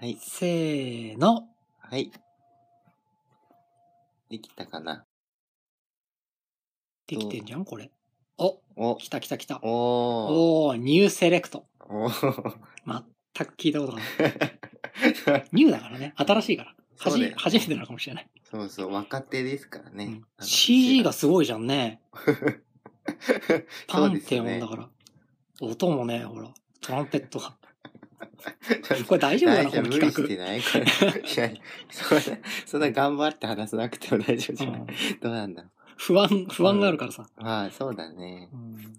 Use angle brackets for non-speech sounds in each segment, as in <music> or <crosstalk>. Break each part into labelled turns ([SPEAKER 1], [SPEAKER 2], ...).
[SPEAKER 1] はい、
[SPEAKER 2] せーの。
[SPEAKER 1] はい。できたかな
[SPEAKER 2] できてんじゃんこれ。お、
[SPEAKER 1] お、
[SPEAKER 2] 来た来た来た。
[SPEAKER 1] おー。
[SPEAKER 2] おー、ニューセレクト。
[SPEAKER 1] おー
[SPEAKER 2] 全く聞いたこと
[SPEAKER 1] <laughs>
[SPEAKER 2] ない。ニューだからね。新しいから。は
[SPEAKER 1] そうだ
[SPEAKER 2] じ、
[SPEAKER 1] よ
[SPEAKER 2] 初めてなのかもしれない。
[SPEAKER 1] <laughs> そうそう、若手ですから
[SPEAKER 2] う
[SPEAKER 1] ね
[SPEAKER 2] ん。CG
[SPEAKER 1] <laughs>
[SPEAKER 2] がす
[SPEAKER 1] い。
[SPEAKER 2] ごいじゃんね。
[SPEAKER 1] そ
[SPEAKER 2] パ
[SPEAKER 1] う
[SPEAKER 2] ン
[SPEAKER 1] で
[SPEAKER 2] テ
[SPEAKER 1] す
[SPEAKER 2] オン
[SPEAKER 1] ね
[SPEAKER 2] だ。から。音もね、ほら、トランペットが。
[SPEAKER 1] <laughs> 大
[SPEAKER 2] これ大丈夫かな、こ
[SPEAKER 1] 丈
[SPEAKER 2] の
[SPEAKER 1] 夫
[SPEAKER 2] 企
[SPEAKER 1] 無理して
[SPEAKER 2] 画。
[SPEAKER 1] ないこれ。 <laughs> いや、そんな、そんな頑張って話さなくても大丈夫じゃ
[SPEAKER 2] う
[SPEAKER 1] ない、
[SPEAKER 2] ん
[SPEAKER 1] どうなんだろ
[SPEAKER 2] 不安、不安があるからさ。
[SPEAKER 1] う。まあ、そうだね。
[SPEAKER 2] うん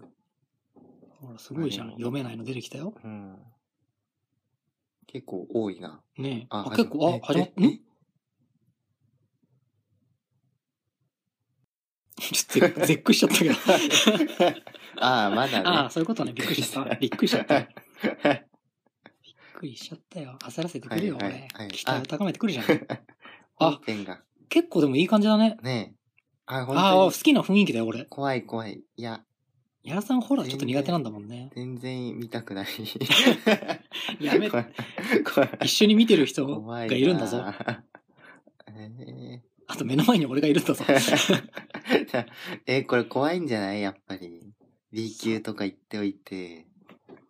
[SPEAKER 2] ほら、すごいじゃん。読めないの出てきたよ。
[SPEAKER 1] うん。結構多いな。
[SPEAKER 2] ねえ。
[SPEAKER 1] あ
[SPEAKER 2] あ、結構、あ、始まっ
[SPEAKER 1] え
[SPEAKER 2] た。んちょっと
[SPEAKER 1] <laughs>
[SPEAKER 2] 絶句しちゃったけど。
[SPEAKER 1] ああ、まだね。
[SPEAKER 2] ああ、そういうことね。びっくり
[SPEAKER 1] <laughs>
[SPEAKER 2] しちゃった。びっくりしちゃった。びっくりしちゃったよ。焦らせてくるよ、
[SPEAKER 1] はいはい
[SPEAKER 2] 俺
[SPEAKER 1] はい。
[SPEAKER 2] 期待を高めてくるじ
[SPEAKER 1] <laughs>
[SPEAKER 2] ゃん。
[SPEAKER 1] 本編が。
[SPEAKER 2] 結構でもいい感じだね。
[SPEAKER 1] ねえ。あ、本
[SPEAKER 2] ああ、
[SPEAKER 1] 当
[SPEAKER 2] 好
[SPEAKER 1] に
[SPEAKER 2] きな雰囲気だよ、俺。
[SPEAKER 1] 怖い怖い。いや、
[SPEAKER 2] やらさんホラーちょっと苦手なんだもんね。
[SPEAKER 1] 全然見たくない。
[SPEAKER 2] <laughs> やめ
[SPEAKER 1] 怖 <laughs> い。怖い
[SPEAKER 2] 一緒に見てる人
[SPEAKER 1] 怖
[SPEAKER 2] が
[SPEAKER 1] い
[SPEAKER 2] いるんだぞ。
[SPEAKER 1] なえ
[SPEAKER 2] あと目の前に俺がいる
[SPEAKER 1] <laughs>
[SPEAKER 2] んだぞ。
[SPEAKER 1] ー <laughs> え、これ怖いんじゃないやっぱり。B 級とか言っておいて。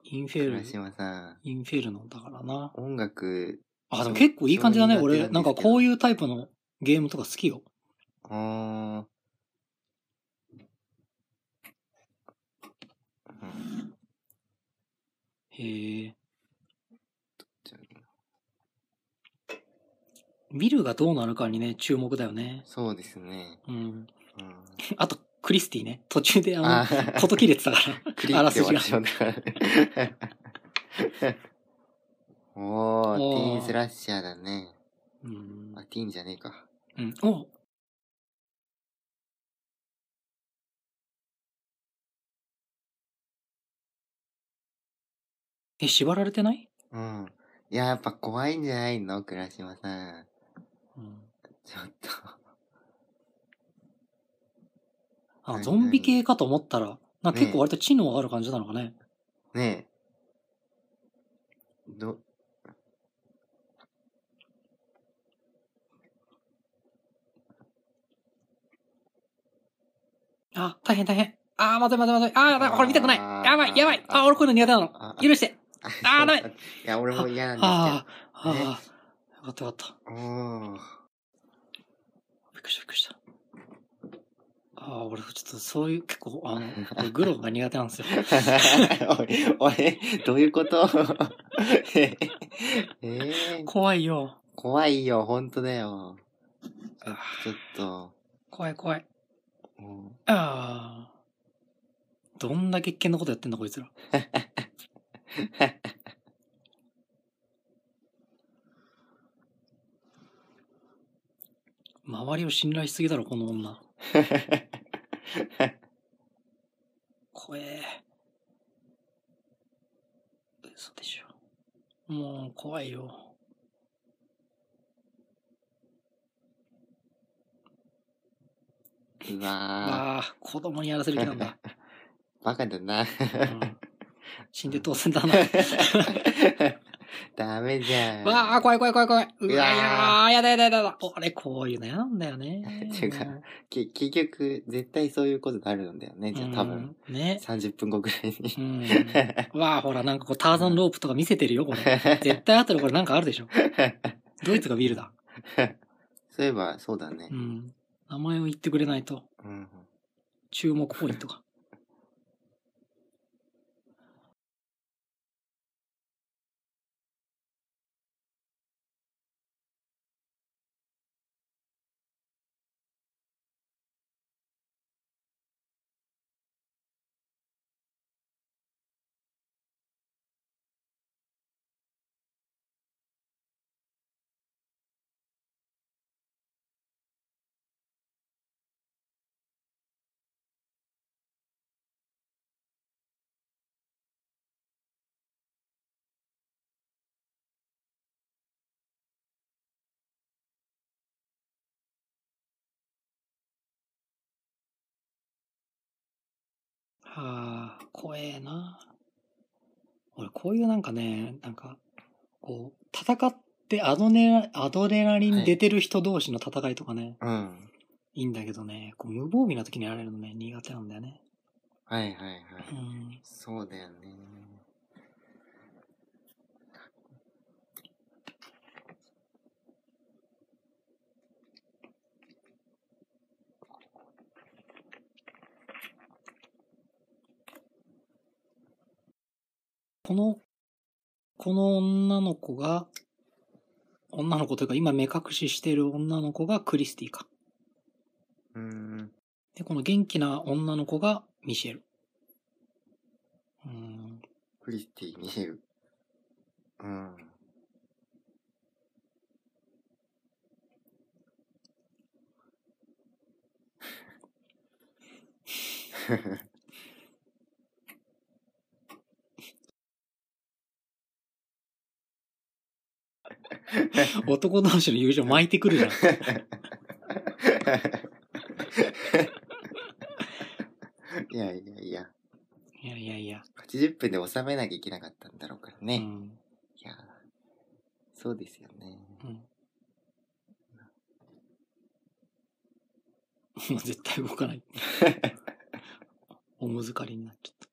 [SPEAKER 2] インフェル
[SPEAKER 1] 浦、島さん。
[SPEAKER 2] インフェルノだからな。
[SPEAKER 1] 音楽、
[SPEAKER 2] あ、でも結構いい感じだね。
[SPEAKER 1] そう
[SPEAKER 2] 俺、なんかこういうタイプのゲームとか好きよ。
[SPEAKER 1] うーん。うん
[SPEAKER 2] へえ。
[SPEAKER 1] じゃあ
[SPEAKER 2] ビルがどうなるかにね、注目だよね。
[SPEAKER 1] そうですね。
[SPEAKER 2] うん。
[SPEAKER 1] うん、
[SPEAKER 2] あと、クリスティね。途中であの、
[SPEAKER 1] あー
[SPEAKER 2] こと切れてたか
[SPEAKER 1] <laughs>
[SPEAKER 2] ら。
[SPEAKER 1] クリッ
[SPEAKER 2] あら
[SPEAKER 1] クです
[SPEAKER 2] じ
[SPEAKER 1] 終
[SPEAKER 2] が
[SPEAKER 1] わってしまったからね。おー、テ
[SPEAKER 2] おー
[SPEAKER 1] ィーンスラッシャーだね。
[SPEAKER 2] うん
[SPEAKER 1] あ、。ティーンじゃねえか。
[SPEAKER 2] うん。おえ、縛られてない、
[SPEAKER 1] うん。いや、やっぱ怖いんじゃないの倉島さん。
[SPEAKER 2] うん、
[SPEAKER 1] ちょっと。
[SPEAKER 2] あ、
[SPEAKER 1] 何
[SPEAKER 2] ゾンビ系かと思ったら、なんか結構割と知能がある感じなのかね。
[SPEAKER 1] ねえ。ど、
[SPEAKER 2] あ、大変大変。あー、まずいまずいまずい。あー、だこれ見たくない。
[SPEAKER 1] あー
[SPEAKER 2] やばいやばい。あー、俺こういうの苦手なの。
[SPEAKER 1] あ、
[SPEAKER 2] 許して。あーダメ
[SPEAKER 1] いや、俺も嫌なん
[SPEAKER 2] あ
[SPEAKER 1] で
[SPEAKER 2] ー、あー。よかったよかった。
[SPEAKER 1] すけど。おー。
[SPEAKER 2] びっくりしたびっくりした。ああ、俺ちょっとそういう、結構、あの、俺グロが苦手なん <laughs> ですよ。
[SPEAKER 1] <laughs> おい、おい、どういうこと <laughs> えー、
[SPEAKER 2] 怖いよ。
[SPEAKER 1] 怖いよ、ほんとだよ。
[SPEAKER 2] あー
[SPEAKER 1] ちょっと、
[SPEAKER 2] 怖い怖い。
[SPEAKER 1] も
[SPEAKER 2] ああ。どんだけ危険なことやってんだ、こいつら。 <laughs> 周りを信頼しすぎだろ、この女。
[SPEAKER 1] う <laughs>
[SPEAKER 2] 怖え。嘘でしょ。もう怖いよ。
[SPEAKER 1] うわ
[SPEAKER 2] ああ、子供にやらせる気なんだ。
[SPEAKER 1] ー、バカだ
[SPEAKER 2] <laughs>
[SPEAKER 1] な。
[SPEAKER 2] うん死んで当然だな。 <laughs>
[SPEAKER 1] ダメじゃん。
[SPEAKER 2] わあ、怖い怖い怖い怖い。うわ
[SPEAKER 1] うわ。
[SPEAKER 2] あ、やだやだやだやだ。俺、こういうの嫌なんだよね
[SPEAKER 1] ていうかき結局、絶対そういうことになるんだよね。じゃあ多分、
[SPEAKER 2] う
[SPEAKER 1] <laughs>
[SPEAKER 2] ん。ね。
[SPEAKER 1] 30分後ぐらいに
[SPEAKER 2] う。ん。わあ、ほら、なんかこう、ターザンロープとか見せてるよ、
[SPEAKER 1] <laughs>
[SPEAKER 2] これ。絶対後でこれなんかあるでしょ。ドイツがビールだ。
[SPEAKER 1] そういえば、そうだね
[SPEAKER 2] う。ん。名前を言ってくれないと、
[SPEAKER 1] うん。
[SPEAKER 2] 注目ポイントが。はあ、怖えな。俺、こういうなんかね、なんか、こう、戦っで、アドレナアドレナリン出てる人同士の戦いとかね、
[SPEAKER 1] うん。
[SPEAKER 2] い、いんだけどね、こう無防備な時にやられるのね、苦手なんだよね。
[SPEAKER 1] はいはいはい。
[SPEAKER 2] うん。
[SPEAKER 1] そうだよね。
[SPEAKER 2] この、この女の子が、女の子というか今目隠ししてる女の子がクリスティか。
[SPEAKER 1] うーん。
[SPEAKER 2] で、この元気な女の子がミシェル。うん。
[SPEAKER 1] クリスティ、ミシェル。うん。 <laughs>
[SPEAKER 2] 男同士の友情巻いてくる
[SPEAKER 1] <laughs>
[SPEAKER 2] じゃん。
[SPEAKER 1] いやいやいや、
[SPEAKER 2] いやいやいや。
[SPEAKER 1] 80分で収めなきゃいけなかったんだろうから
[SPEAKER 2] う
[SPEAKER 1] ね。い
[SPEAKER 2] ん。
[SPEAKER 1] や、そうですよね。
[SPEAKER 2] うん。 <laughs> もう絶対
[SPEAKER 1] <laughs>
[SPEAKER 2] 動かない。おむずかりになっちゃった。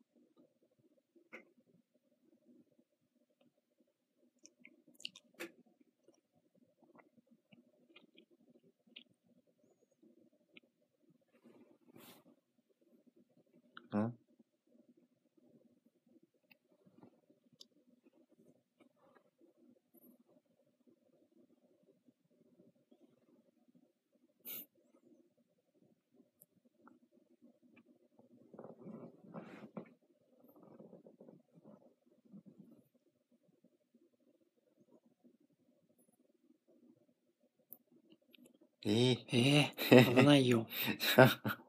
[SPEAKER 1] うんええ
[SPEAKER 2] ええ危ないよ。
[SPEAKER 1] <laughs>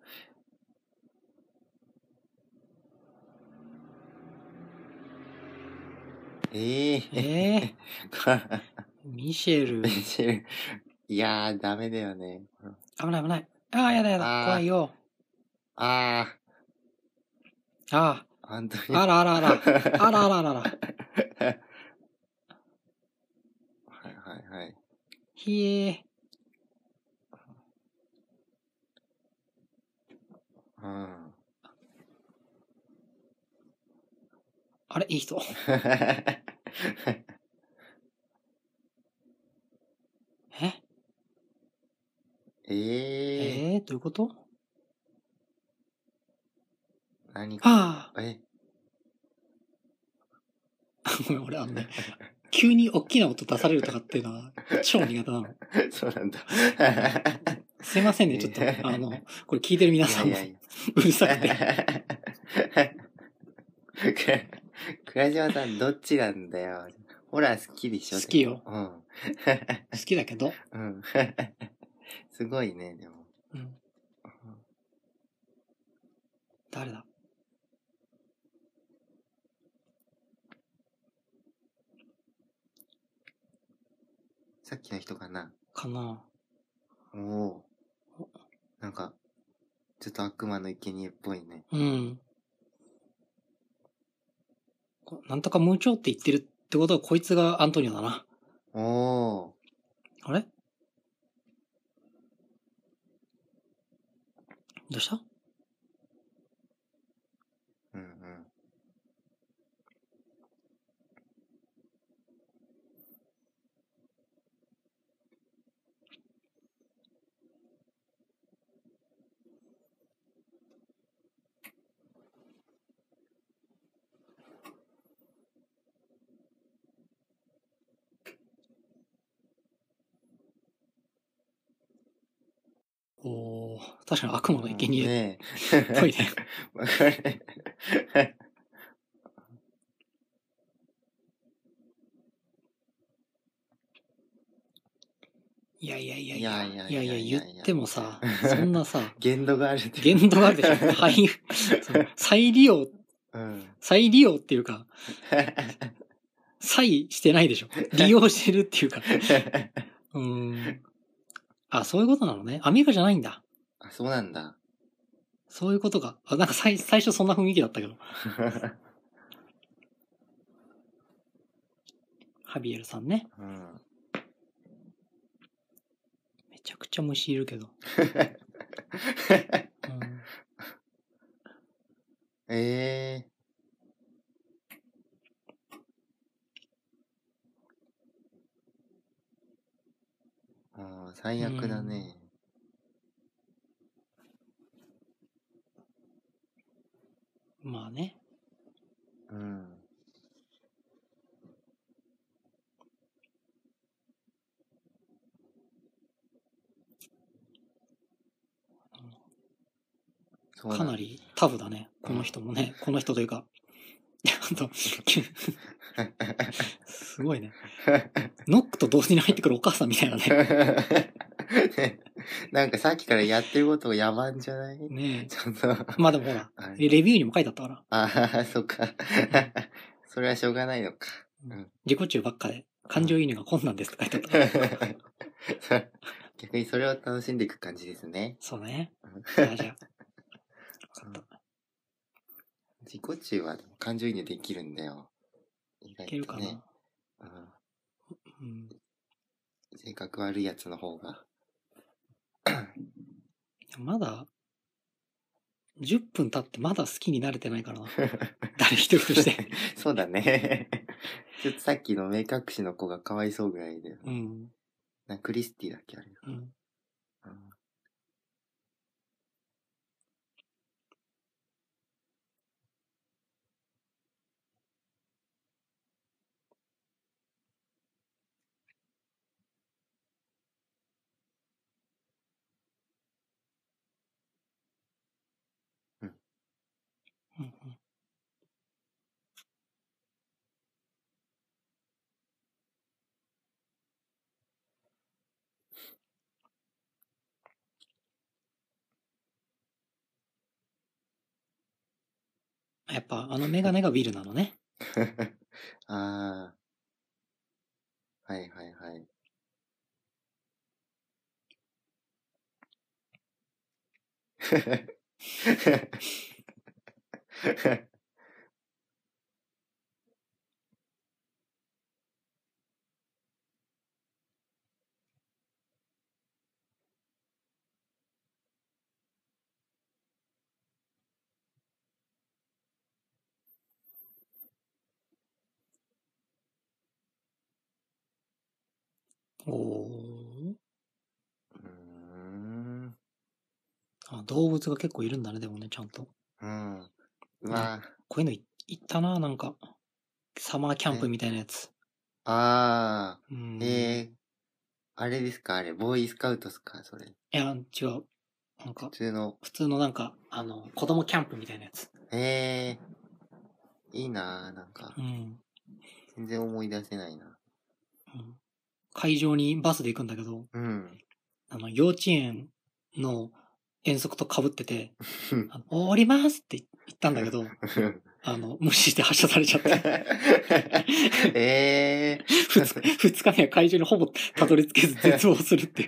[SPEAKER 1] え
[SPEAKER 2] ええ
[SPEAKER 1] <laughs> ー、
[SPEAKER 2] ミシェル
[SPEAKER 1] ベ。ジール <laughs> いやー、ダメだよね。
[SPEAKER 2] 危ない危ない。ああ、やだやだ
[SPEAKER 1] あ。ー
[SPEAKER 2] 怖いよ。
[SPEAKER 1] あー、
[SPEAKER 2] あ
[SPEAKER 1] 本当に。
[SPEAKER 2] あ、あらあらあ
[SPEAKER 1] <laughs>
[SPEAKER 2] ら。あらあらあらあら。
[SPEAKER 1] はいはいはい。
[SPEAKER 2] ひえ。
[SPEAKER 1] うん。 <laughs>
[SPEAKER 2] あれいい人。
[SPEAKER 1] え
[SPEAKER 2] え
[SPEAKER 1] ー、
[SPEAKER 2] ええどういうこと
[SPEAKER 1] 何
[SPEAKER 2] はあ。
[SPEAKER 1] え、 <laughs>
[SPEAKER 2] ごめん、俺あのね、急に大きな音出されるとかっていうのは <laughs> 超苦手なの。
[SPEAKER 1] そうなんだ。
[SPEAKER 2] すいませんね、ちょっと。あの、これ聞いてる皆さん
[SPEAKER 1] <laughs> い
[SPEAKER 2] も
[SPEAKER 1] やいやいや。
[SPEAKER 2] うるさくて。
[SPEAKER 1] <laughs> く倉島さん、どっちなんだよ。ホラー好きでしょ
[SPEAKER 2] 好きよ。
[SPEAKER 1] でも
[SPEAKER 2] 好きだけど。
[SPEAKER 1] うん。 <laughs> うん。すごいね、でも。
[SPEAKER 2] うん。誰だ
[SPEAKER 1] さっきの人かな。
[SPEAKER 2] かな
[SPEAKER 1] おお。なんか、ちょっと悪魔の生贄っぽいね。
[SPEAKER 2] うん。こなんとかムーチョって言ってるってことは、こいつがアントニオだな。
[SPEAKER 1] おお。
[SPEAKER 2] あれどうした
[SPEAKER 1] うんうん。
[SPEAKER 2] おー、確かに悪魔の生贄っ
[SPEAKER 1] ね
[SPEAKER 2] ぽいね。
[SPEAKER 1] え。 <laughs> わかる。
[SPEAKER 2] いやいやいやい
[SPEAKER 1] いや
[SPEAKER 2] や。
[SPEAKER 1] いやいやいや
[SPEAKER 2] 言ってもさ、そんなさ、
[SPEAKER 1] 限度があるって。
[SPEAKER 2] 限度があるでしょ。はい。その再利用、
[SPEAKER 1] <laughs> うん。
[SPEAKER 2] 再利用っていうか、再してないでしょ。利用してるっていうか。うーん。あ、そういうことなのね。アメリカじゃないんだ。
[SPEAKER 1] あ、そうなんだ。
[SPEAKER 2] そういうことか。あ、なんか最最初そんな雰囲気だったけど。ハビエルさんね。
[SPEAKER 1] うん。
[SPEAKER 2] ちゃくちゃ虫いるけど。うん、
[SPEAKER 1] ええー。ああ、最悪だね。
[SPEAKER 2] まあね。
[SPEAKER 1] うん。そうだ
[SPEAKER 2] かな。りタブだね。この人もね。この人というか。いや、あと、急すごいね。ノックと同時に入ってくるお母さんみたいなね。
[SPEAKER 1] <laughs> ねなんかさっきからやってることが野蛮じゃない
[SPEAKER 2] ね
[SPEAKER 1] ちょっと。
[SPEAKER 2] え。まあでもほら、
[SPEAKER 1] あれ
[SPEAKER 2] レレビューにも書いてあったから。
[SPEAKER 1] ああ、そっか。 <laughs> それはしょうがないのか。 <laughs> うん
[SPEAKER 2] 自己中ばっかで、感情移入が困難ですって書いてあったから。
[SPEAKER 1] 逆にそれを楽しんでいく感じですね。
[SPEAKER 2] そうね。
[SPEAKER 1] う
[SPEAKER 2] じ
[SPEAKER 1] ん
[SPEAKER 2] ゃあじゃあ。分かった。
[SPEAKER 1] 自己中は感情移入できるんだよ。意
[SPEAKER 2] いけ
[SPEAKER 1] 外
[SPEAKER 2] る
[SPEAKER 1] と
[SPEAKER 2] か
[SPEAKER 1] ね
[SPEAKER 2] な。。
[SPEAKER 1] うん
[SPEAKER 2] うん。
[SPEAKER 1] 性格悪いやつの方 <laughs> が。
[SPEAKER 2] まだ、10分経ってまだ好きになれてないからな。誰一人と <laughs> して。
[SPEAKER 1] そうだね。ちょっとさっきの目隠しの子がかわいそうぐらいだよね。
[SPEAKER 2] うん。
[SPEAKER 1] なクリスティだっけあれ。
[SPEAKER 2] うん。
[SPEAKER 1] うん
[SPEAKER 2] うんうんやっぱあのメガネがウィルなのね。
[SPEAKER 1] ああ。はいはいはい。
[SPEAKER 2] おお。
[SPEAKER 1] うーん。
[SPEAKER 2] あ動物が結構いるんだね、でもね、ちゃんと。
[SPEAKER 1] うん。うわ
[SPEAKER 2] こういうのい行ったな、なんか。サマーキャンプみたいなやつ。
[SPEAKER 1] あ。ああ。
[SPEAKER 2] うん。
[SPEAKER 1] ええあれですかあれ。ボーイスカウトっすかそれ。
[SPEAKER 2] いや、違う。なんか
[SPEAKER 1] 普、通の。
[SPEAKER 2] 普通のなんか、あの、子供キャンプみたいなやつ。
[SPEAKER 1] ええいいなーなんか
[SPEAKER 2] う。ん。
[SPEAKER 1] 全然思い出せないな。
[SPEAKER 2] うん会場にバスで行くんだけど、 <laughs>
[SPEAKER 1] うん。
[SPEAKER 2] あの、幼稚園の遠足と被っ
[SPEAKER 1] <laughs>
[SPEAKER 2] てて、あの降りますって言ったんだけど、あの、無視して発射されちゃって、 <laughs>
[SPEAKER 1] ええ
[SPEAKER 2] 二日二日目は会場にほぼたどり着
[SPEAKER 1] <laughs>
[SPEAKER 2] けず絶望するってい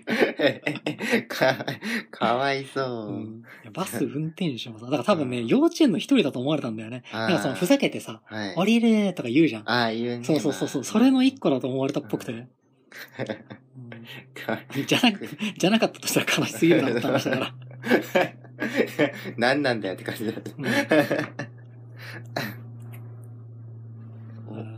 [SPEAKER 2] う。
[SPEAKER 1] か、かわいそう。
[SPEAKER 2] うん、いやバス運転手もさ、だから多分
[SPEAKER 1] う
[SPEAKER 2] ね、
[SPEAKER 1] ん
[SPEAKER 2] 幼稚園の一人だと思われたんだよね。
[SPEAKER 1] あ
[SPEAKER 2] な
[SPEAKER 1] ー
[SPEAKER 2] んかその、ふざけてさ、
[SPEAKER 1] はい。
[SPEAKER 2] 降りるとか言うじゃん。
[SPEAKER 1] ああ、言うね。
[SPEAKER 2] そうそうそうそう、それの一
[SPEAKER 1] 個。
[SPEAKER 2] 個だと思われたっぽくて。
[SPEAKER 1] か
[SPEAKER 2] うんじゃな <laughs> く、じゃなかったとしたら悲しすぎるなって話だから。
[SPEAKER 1] <laughs> 何なんだよって感じだった。
[SPEAKER 2] うんうん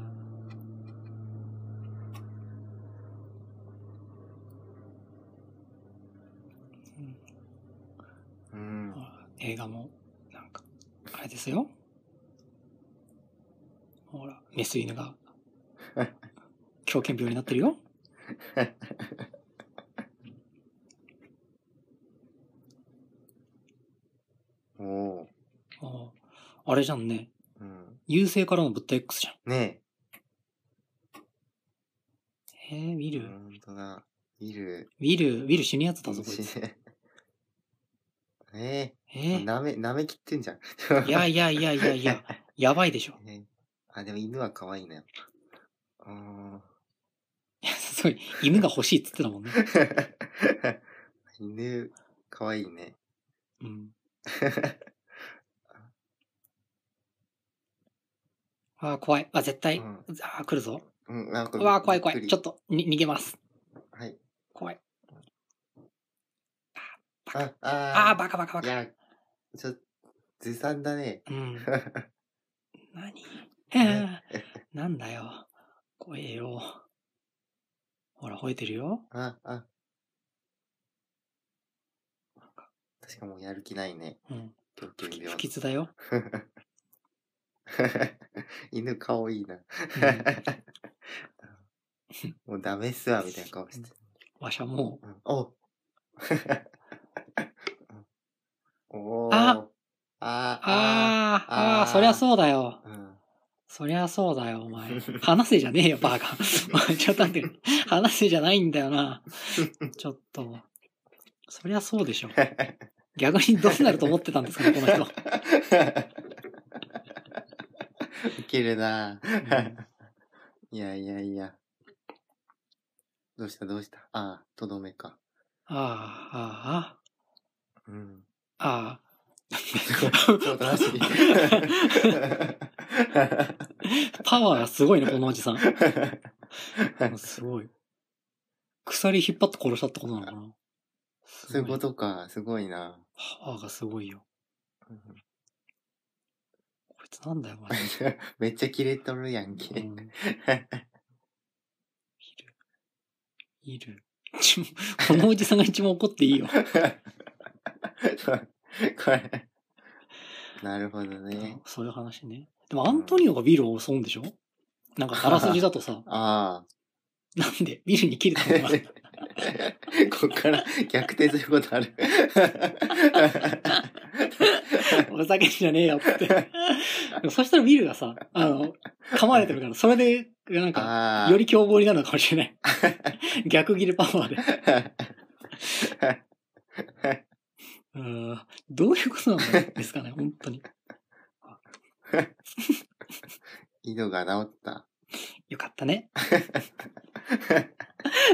[SPEAKER 1] うん。
[SPEAKER 2] 映画も、なんか、あれですよ。ほら、メス犬 <laughs> が、狂犬病になってるよ。
[SPEAKER 1] おお
[SPEAKER 2] あああれじゃんね、
[SPEAKER 1] ー。うん。
[SPEAKER 2] 優勢からの物体 X じゃん。
[SPEAKER 1] ね
[SPEAKER 2] えー、ウィ
[SPEAKER 1] え。
[SPEAKER 2] ル、ウ
[SPEAKER 1] ほんとだ。いる。
[SPEAKER 2] ィル、ウィル死ぬやつだぞ、こいつ。
[SPEAKER 1] ねえ。
[SPEAKER 2] えー、
[SPEAKER 1] なめ、なめきってんじゃん。
[SPEAKER 2] いやいやいやいやい <laughs> や、やばいでしょ。
[SPEAKER 1] <laughs> ねあ、でも犬は可愛いな、やっぱ。あ
[SPEAKER 2] いや、すごい、犬が欲しいっつってたもんね。
[SPEAKER 1] ー <laughs> 犬、可愛いね。
[SPEAKER 2] うん。ああ、怖い。あ、絶対、
[SPEAKER 1] うん
[SPEAKER 2] ああ、来るぞ。
[SPEAKER 1] うん、なんか。
[SPEAKER 2] うわあ、怖い怖い。ちょっ
[SPEAKER 1] と。
[SPEAKER 2] と、に、逃げます。
[SPEAKER 1] はい。
[SPEAKER 2] 怖い。
[SPEAKER 1] あ、
[SPEAKER 2] ああ、
[SPEAKER 1] あ
[SPEAKER 2] バカバカ
[SPEAKER 1] ー。
[SPEAKER 2] バ
[SPEAKER 1] い
[SPEAKER 2] カ。
[SPEAKER 1] や、ちょっと、ずさんだね。 <laughs>
[SPEAKER 2] うん。何へー <laughs> なんだよ。怖えよ。ほら、吠えてるよ。
[SPEAKER 1] あ、あ。確かもうやる気ないね。
[SPEAKER 2] うん。
[SPEAKER 1] 狂
[SPEAKER 2] 不
[SPEAKER 1] 犬
[SPEAKER 2] 吉
[SPEAKER 1] 病
[SPEAKER 2] 不。吉だよ。
[SPEAKER 1] <laughs> 犬顔いいな。 <laughs> もうダメっすわ、みたいな顔して。
[SPEAKER 2] わしはも
[SPEAKER 1] うんお <laughs> おー
[SPEAKER 2] あ
[SPEAKER 1] あ
[SPEAKER 2] う、ああ、あ
[SPEAKER 1] あー
[SPEAKER 2] あー、そりゃそうだよ。
[SPEAKER 1] <laughs> あうん
[SPEAKER 2] そりゃそうだよ、お
[SPEAKER 1] <laughs>
[SPEAKER 2] 前。話せじゃねえよ、バカ。お前ちょっと待って。話せじゃないんだ
[SPEAKER 1] <laughs>
[SPEAKER 2] よな。ちょっと。そりゃそうでしょ。逆にどうなると思ってたんですかね、この人。
[SPEAKER 1] ウケるなぁいやいやいや。どうしたどうしたああ、とどめか。
[SPEAKER 2] ああ、
[SPEAKER 1] <laughs> うん。
[SPEAKER 2] ああ、ああ。
[SPEAKER 1] そうだらしい。
[SPEAKER 2] パワーがすごいね、このおじさん。すごい。鎖引っ張って殺したってことなのかなす
[SPEAKER 1] <laughs> そういう
[SPEAKER 2] ご
[SPEAKER 1] こ
[SPEAKER 2] い。
[SPEAKER 1] とか、すごいな
[SPEAKER 2] パワーがすごいよ。こいつなんだよ、マジ
[SPEAKER 1] <laughs> めっちゃキレとるやんけ。 <laughs>
[SPEAKER 2] で。うん、いる。いる。ちょ
[SPEAKER 1] <laughs>
[SPEAKER 2] このおじさんが一番怒っていいよ。
[SPEAKER 1] これ。なるほどね。、
[SPEAKER 2] そういう話ね。でもアントニオがビルを襲うんでしょなんかあらすじだとさ
[SPEAKER 1] <laughs> あ
[SPEAKER 2] なんでビルに切
[SPEAKER 1] <laughs>
[SPEAKER 2] れたのかな <laughs>
[SPEAKER 1] あ。こっから逆転すること
[SPEAKER 2] <laughs>
[SPEAKER 1] ある。
[SPEAKER 2] <laughs> お酒じゃねえよって。 <laughs> でもそしたらビルがさ、あの、噛まれてるから、それで、なんか、
[SPEAKER 1] ああ。
[SPEAKER 2] より凶暴になるのかもしれない。 <laughs> 逆ギレパワーで。うーんどういうことなんですかね、本当に。
[SPEAKER 1] 犬が治った。
[SPEAKER 2] よかったね。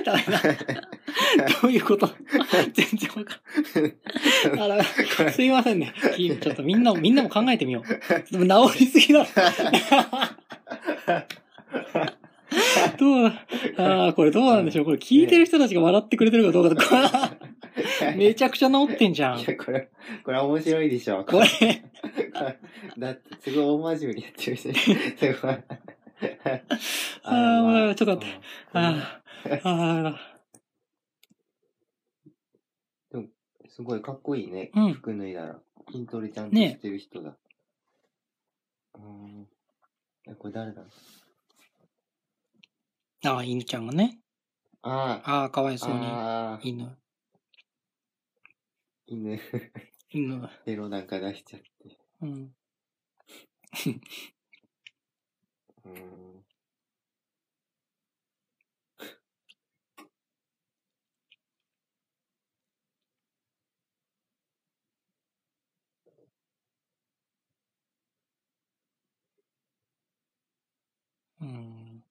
[SPEAKER 2] ダメだ。どういうこと全然わかんないあら。すいませんね。ちょっとみんな、みんなも考えてみよう。でも治りすぎだろ。どう、ああ、これどうなんでしょうこれ聞いてる人たちが笑ってくれてるかどうかとか、めちゃくちゃ治ってんじゃん
[SPEAKER 1] い。や、これ、これ面白いでしょ。
[SPEAKER 2] これ、
[SPEAKER 1] だって、すごい大真面目にやってる
[SPEAKER 2] <laughs>
[SPEAKER 1] し。すごい。
[SPEAKER 2] あーもうちょっと待
[SPEAKER 1] って。
[SPEAKER 2] ああ、あ
[SPEAKER 1] うんすごいかっこいいね。
[SPEAKER 2] あ、うん。
[SPEAKER 1] 服脱いだら。筋トレちゃんとしてる人だ。うーん。え、これ誰だ
[SPEAKER 2] ああ、犬ちゃんがね。
[SPEAKER 1] ああ。
[SPEAKER 2] ああ、かわいそうに。
[SPEAKER 1] ああ。
[SPEAKER 2] 犬、
[SPEAKER 1] 犬、
[SPEAKER 2] 犬。
[SPEAKER 1] ベロなんか出しちゃって。
[SPEAKER 2] う
[SPEAKER 1] う
[SPEAKER 2] ん。
[SPEAKER 1] ーん。
[SPEAKER 2] <laughs> うん。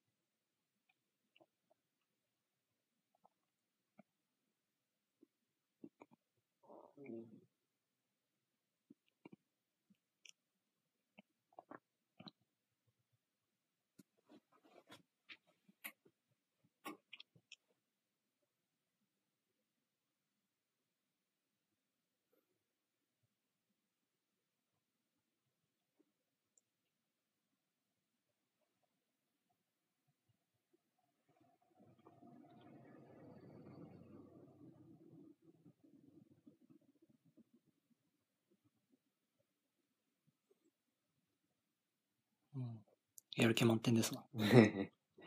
[SPEAKER 2] うんやる気満点ですな、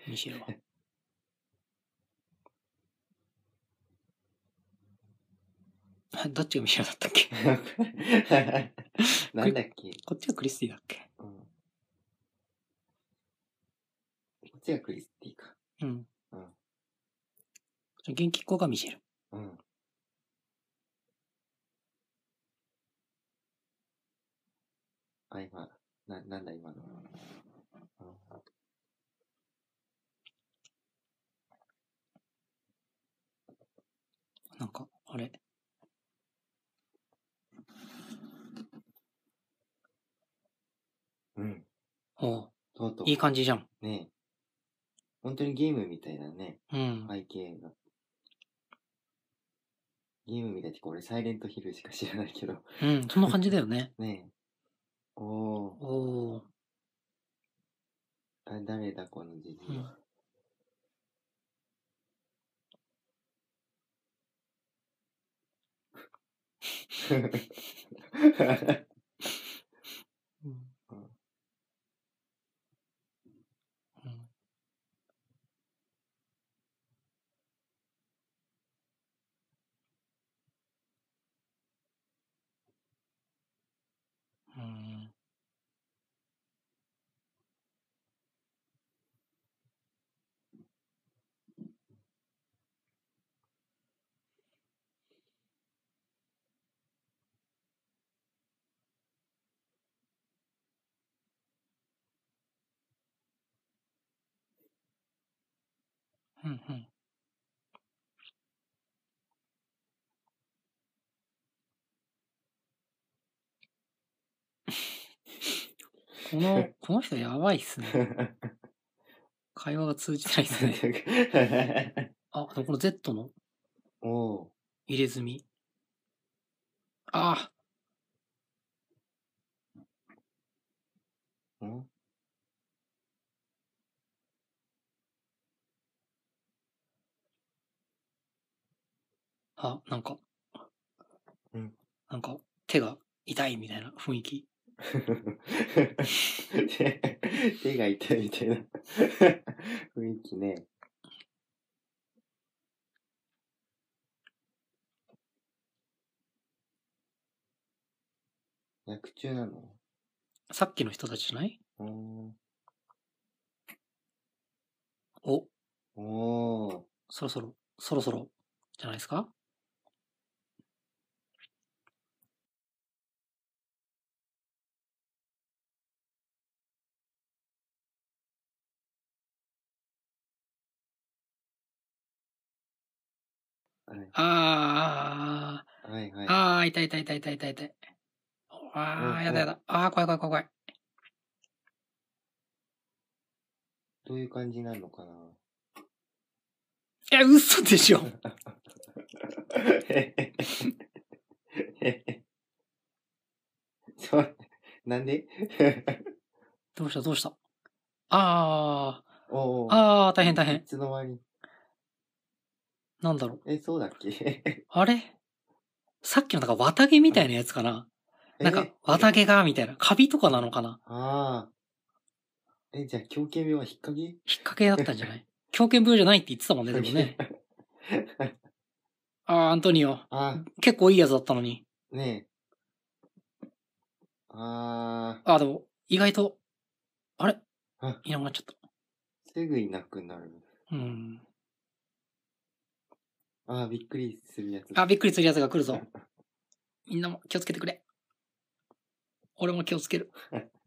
[SPEAKER 2] ミシェルは。あ <laughs> どっちがミシェルだったっけ
[SPEAKER 1] なんだっけ、
[SPEAKER 2] こっちがクリスティだっけ
[SPEAKER 1] うん、こっちがクリスティか。
[SPEAKER 2] うん。
[SPEAKER 1] うん
[SPEAKER 2] 元気っ子がミシェル。
[SPEAKER 1] うん。あ、今、な、なんだ今の。うん
[SPEAKER 2] なんか、あれ。
[SPEAKER 1] うん。
[SPEAKER 2] おう
[SPEAKER 1] とうとう。
[SPEAKER 2] いい感じじゃん。
[SPEAKER 1] ねえ。本当にゲームみたいだね。
[SPEAKER 2] うん。
[SPEAKER 1] 背景が。ゲームみたいってか俺サイレントヒルしか知らないけど。 <laughs>
[SPEAKER 2] うん、そんな感じだよね。
[SPEAKER 1] ねえ。おー、
[SPEAKER 2] おー。
[SPEAKER 1] あ誰だこのじじいは。 <laughs>
[SPEAKER 2] うん
[SPEAKER 1] うん
[SPEAKER 2] うんうんうんうんこの、この人やばいっすね。会話が通じないっすね。あ、でもこの Z の
[SPEAKER 1] おー、
[SPEAKER 2] 入れ墨。あ
[SPEAKER 1] <laughs> ん
[SPEAKER 2] あ、あ、なんか、
[SPEAKER 1] うん
[SPEAKER 2] なんか手が痛いみたいな雰囲気。
[SPEAKER 1] 手手が痛いみたいな雰囲気ね。役中なの
[SPEAKER 2] さっきの人たちじゃない
[SPEAKER 1] お
[SPEAKER 2] お、
[SPEAKER 1] ーおー
[SPEAKER 2] そろそろ、そろそろ、じゃないですか
[SPEAKER 1] はい
[SPEAKER 2] あー、
[SPEAKER 1] はいはい。
[SPEAKER 2] あー、痛い痛い痛い痛い痛い痛い。あー、やだやだ。あー、怖い怖い怖い怖い。
[SPEAKER 1] どういう感じなのかな
[SPEAKER 2] いや、嘘でしょ。
[SPEAKER 1] そうなんで <laughs>
[SPEAKER 2] どうしたどうしたあ
[SPEAKER 1] お
[SPEAKER 2] ー、
[SPEAKER 1] ー
[SPEAKER 2] あー、大変大
[SPEAKER 1] い
[SPEAKER 2] 変。
[SPEAKER 1] つの間に。
[SPEAKER 2] なんだろう。
[SPEAKER 1] え、そうだっけ
[SPEAKER 2] あれさっきのなんか綿毛みたいなやつかななんか
[SPEAKER 1] え、
[SPEAKER 2] 綿毛が、みたいな。カビとかなのかな
[SPEAKER 1] ああ。え、じゃあ、狂犬病は引っ掛け
[SPEAKER 2] 引っ掛けだったんじゃない狂犬病じゃないって言ってたもんね、でもね。。ああ、アントニオ。
[SPEAKER 1] あ
[SPEAKER 2] 結構いいやつだったのに。
[SPEAKER 1] あ、ねえ。あ
[SPEAKER 2] ああ、でも、意外と、あれ
[SPEAKER 1] あ
[SPEAKER 2] いなくなっちゃっ
[SPEAKER 1] あ、すぐいなくなる。
[SPEAKER 2] た。うん。
[SPEAKER 1] ああ、びっくりするやつ。
[SPEAKER 2] あ、びっくりするやつが来るぞ。みんなも気をつけてくれ。俺も気をつける。 <laughs>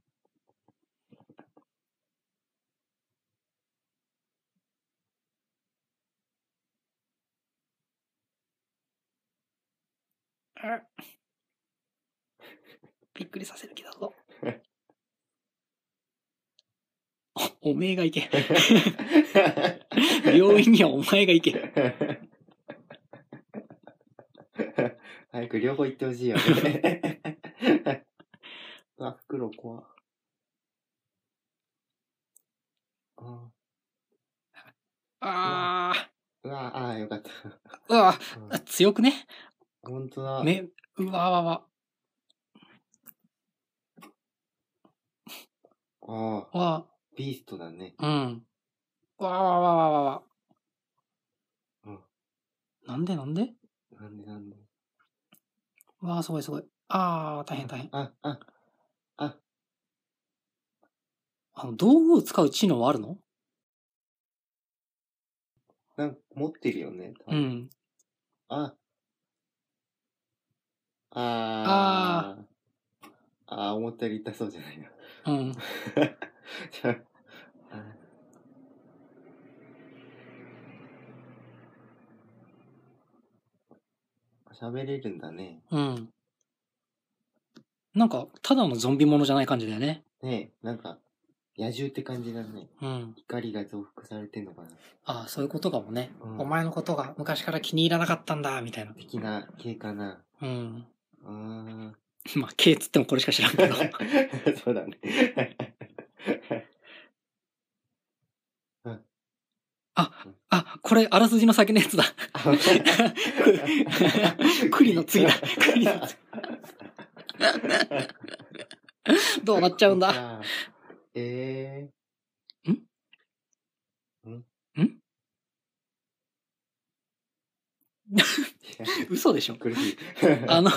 [SPEAKER 2] あびっくりさせる気だぞ。 <laughs> おおめえが行け。病院にはお前が行け。
[SPEAKER 1] <laughs> 早く両方行ってほしいよね。 <laughs> うわ、袋怖。あー
[SPEAKER 2] ああ、
[SPEAKER 1] うわ、ああ、よかった。
[SPEAKER 2] うわ
[SPEAKER 1] うん
[SPEAKER 2] あ、強くね。
[SPEAKER 1] ほんとだ。
[SPEAKER 2] ね、うわわわ。
[SPEAKER 1] ああ、
[SPEAKER 2] わ、
[SPEAKER 1] ビーストだね。
[SPEAKER 2] うん。わわわわわわ。
[SPEAKER 1] うん
[SPEAKER 2] なんでなんで
[SPEAKER 1] なんでなんで。
[SPEAKER 2] わあ、すごいすごい。ああ、大変大変。
[SPEAKER 1] あ、あ、あ、
[SPEAKER 2] あの、道具を使う知能はあるの
[SPEAKER 1] なんか持ってるよね。多
[SPEAKER 2] う
[SPEAKER 1] 分
[SPEAKER 2] ん。
[SPEAKER 1] あ。あー。あー。あ思ったより痛そうじゃないな。
[SPEAKER 2] うん。
[SPEAKER 1] じゃ <laughs> ああ喋れるんだね。
[SPEAKER 2] うん。なんか、ただのゾンビものじゃない感じだよね。
[SPEAKER 1] ねえ、なんか、野獣って感じがね、
[SPEAKER 2] うん。
[SPEAKER 1] 怒りが増幅されてんのかな。
[SPEAKER 2] ああ、そういうことかもね。
[SPEAKER 1] うん
[SPEAKER 2] お前のことが昔から気に入らなかったんだ、みたいな。
[SPEAKER 1] 的な系かな。
[SPEAKER 2] うん。
[SPEAKER 1] うーん。
[SPEAKER 2] まあ、K っつってもこれしか知らんけ <laughs> ど。
[SPEAKER 1] <laughs> そうだね。 <laughs>
[SPEAKER 2] あ、これ、あらすじの先のやつだ。 <laughs> 栗の次だ。栗の次。どうなっちゃうんだ。
[SPEAKER 1] だ。えー。ん
[SPEAKER 2] んん嘘でしょ。
[SPEAKER 1] 苦しい。
[SPEAKER 2] あの、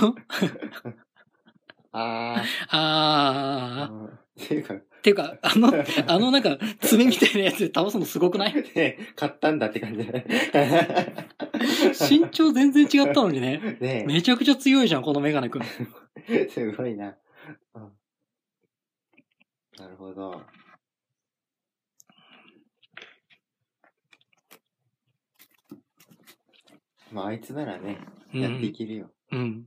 [SPEAKER 1] あ
[SPEAKER 2] あー、
[SPEAKER 1] あ。っていうか、
[SPEAKER 2] っていうか、あの、あのなんか、爪みたいなやつで倒すのすごくない
[SPEAKER 1] ね買ったんだって感じだね。
[SPEAKER 2] 身長全然違ったのにね。
[SPEAKER 1] ね
[SPEAKER 2] めちゃくちゃ強いじゃん、このメガネくん。
[SPEAKER 1] え、 <laughs> すごいな。うんなるほど。まあ、あいつならね、
[SPEAKER 2] う
[SPEAKER 1] やってい
[SPEAKER 2] ん。
[SPEAKER 1] けるよ。
[SPEAKER 2] うん。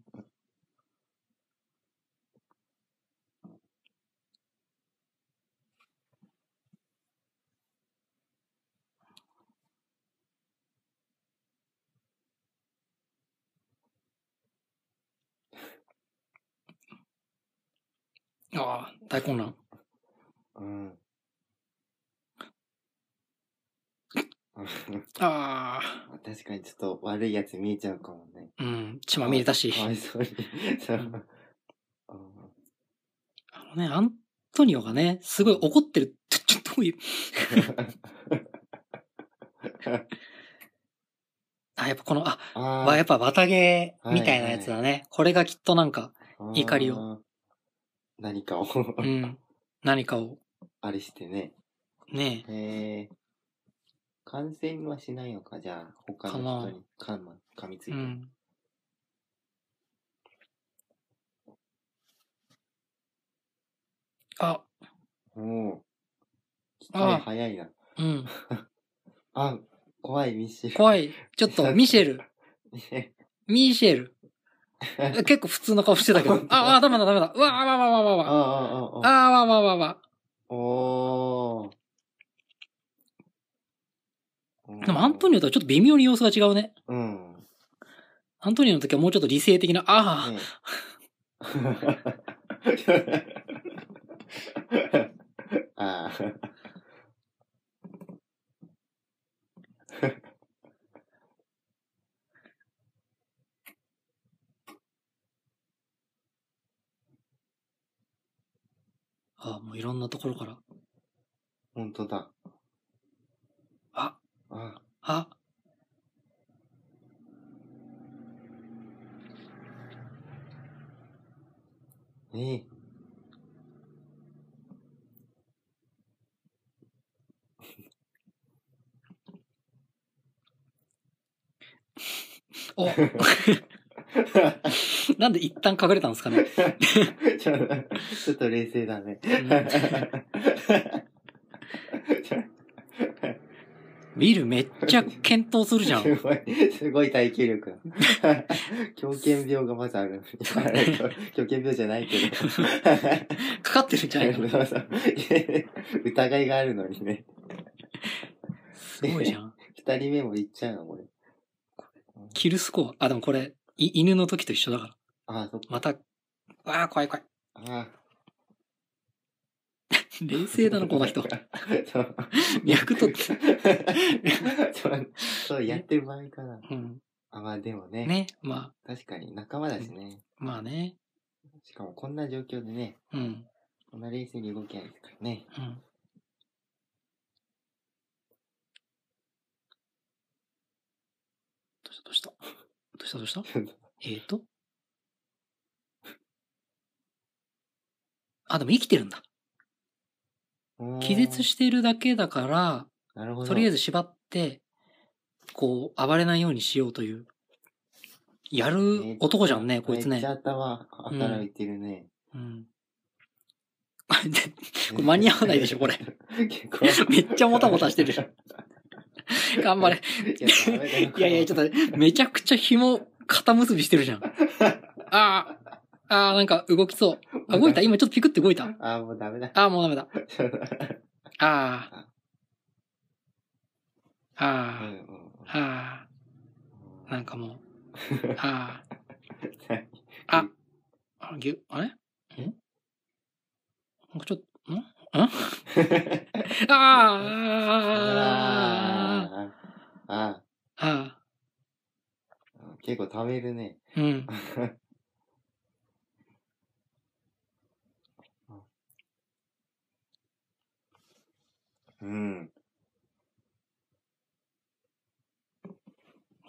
[SPEAKER 2] ああ、大混乱。
[SPEAKER 1] うん。 <laughs>
[SPEAKER 2] あ
[SPEAKER 1] 確かにちょっと悪いやつ見えちゃうかもね。
[SPEAKER 2] あ、うん、血まみれだし。
[SPEAKER 1] かわいそう
[SPEAKER 2] <laughs>
[SPEAKER 1] に。そう
[SPEAKER 2] うん <laughs>
[SPEAKER 1] うん
[SPEAKER 2] あのね、アントニオがね、すごい怒ってる。ちょ、ちょっと、どういうあ、やっぱこの、あ、
[SPEAKER 1] あ
[SPEAKER 2] わやっぱ綿毛みたいなやつだね。これがきっとなんか、
[SPEAKER 1] ー
[SPEAKER 2] 怒りを。
[SPEAKER 1] あー何かを、 <laughs>
[SPEAKER 2] うん、何かを、
[SPEAKER 1] あれしてね。
[SPEAKER 2] ねえ、
[SPEAKER 1] へえ。感染はしないのか、じゃあ、他の人に噛ま噛みついうて。
[SPEAKER 2] ん。あ、
[SPEAKER 1] おお。
[SPEAKER 2] あ
[SPEAKER 1] あ早いな。
[SPEAKER 2] うん。
[SPEAKER 1] あ、怖い、ミッシェル。
[SPEAKER 2] 怖い。ちょっ <laughs>
[SPEAKER 1] <laughs>
[SPEAKER 2] と、ミシェル。
[SPEAKER 1] ね。
[SPEAKER 2] ミシェル。 <laughs> 結構普通の顔してたけど。 <laughs> ああ、ダメだ、ダメだ。うわあ、わあわあわあ
[SPEAKER 1] あ
[SPEAKER 2] わあ。
[SPEAKER 1] あ、ああ、ああ。
[SPEAKER 2] ああ、わあわあわあわ
[SPEAKER 1] お
[SPEAKER 2] あ。
[SPEAKER 1] ー
[SPEAKER 2] でも、アント
[SPEAKER 1] ニ
[SPEAKER 2] ニオとはちょっと微妙に様子が違うね。
[SPEAKER 1] うん。ね
[SPEAKER 2] アントニオの時はもうちょっと理性的な、ああ、
[SPEAKER 1] <laughs> ああ。
[SPEAKER 2] ああ、もういろんなところから。
[SPEAKER 1] 本当だ。
[SPEAKER 2] あ、
[SPEAKER 1] あ、
[SPEAKER 2] あ、
[SPEAKER 1] ねえ。
[SPEAKER 2] <laughs> お、なんで一旦隠れたんですかね。
[SPEAKER 1] <laughs> ちょっとちょっと冷静だね。
[SPEAKER 2] ウィルめっちゃ検討するじ
[SPEAKER 1] <laughs>
[SPEAKER 2] ゃん。
[SPEAKER 1] すごい、すごい耐久力 <laughs> だ。狂犬病がまずある。 <laughs> 狂犬病じゃないけ
[SPEAKER 2] かかってるんじゃないか
[SPEAKER 1] ど。
[SPEAKER 2] な。
[SPEAKER 1] そうそう <laughs> 疑いがあるのにね。
[SPEAKER 2] すごいじゃん。
[SPEAKER 1] 二人目も行っちゃうの、これ。
[SPEAKER 2] キルスコア。あ、でもこれ、い犬の時と一緒だから。
[SPEAKER 1] ああ、そっか。
[SPEAKER 2] また、わあ、怖い怖い。
[SPEAKER 1] あ
[SPEAKER 2] 冷静だな、この人。
[SPEAKER 1] <laughs> そう
[SPEAKER 2] 脈取って。
[SPEAKER 1] <laughs> そうそう、やってる場合かな。
[SPEAKER 2] うん。
[SPEAKER 1] あ、まあでもね。
[SPEAKER 2] ね。ま
[SPEAKER 1] 確かに仲間だしね。
[SPEAKER 2] あ、まあね。
[SPEAKER 1] しかもこんな状況でね、
[SPEAKER 2] うん。
[SPEAKER 1] こんな冷静に動けないですからね。
[SPEAKER 2] うん。どうしたどうしたどうしたどうしたえーと。あ、でも生きてるんだ。気絶
[SPEAKER 1] し、
[SPEAKER 2] しているだけだから、
[SPEAKER 1] なるほど。
[SPEAKER 2] とりあえ
[SPEAKER 1] ず、
[SPEAKER 2] ず縛って、こう、暴れないようにしようという。やる男じゃんね、こいつ
[SPEAKER 1] めっちゃ
[SPEAKER 2] ね。
[SPEAKER 1] 頭働いてるね。
[SPEAKER 2] うん。 <laughs> これ間に合わないでしょこれ。
[SPEAKER 1] 結構。
[SPEAKER 2] めっちゃもたもたして
[SPEAKER 1] <laughs>
[SPEAKER 2] るじゃん。頑張れ。いやいや、ちょ
[SPEAKER 1] っ
[SPEAKER 2] っと待って、めちゃくちゃ紐、肩結びしてるじゃん。ああ、ああ、なんか動きそう。あ、動いた今ちょっとピクって動いた。
[SPEAKER 1] と。あ、もうダメだ。
[SPEAKER 2] ああ、もうダメだ。あ
[SPEAKER 1] うんうん
[SPEAKER 2] あ。ああ。あ
[SPEAKER 1] うん
[SPEAKER 2] あ。なんか <laughs> もう。ああ。
[SPEAKER 1] 何
[SPEAKER 2] あ。あ、ぎゅ、あれんなん <laughs> かちょっと、んんああ。あ
[SPEAKER 1] あああ
[SPEAKER 2] あ。あ
[SPEAKER 1] あ結構貯めるね。
[SPEAKER 2] あ。うん。
[SPEAKER 1] うん。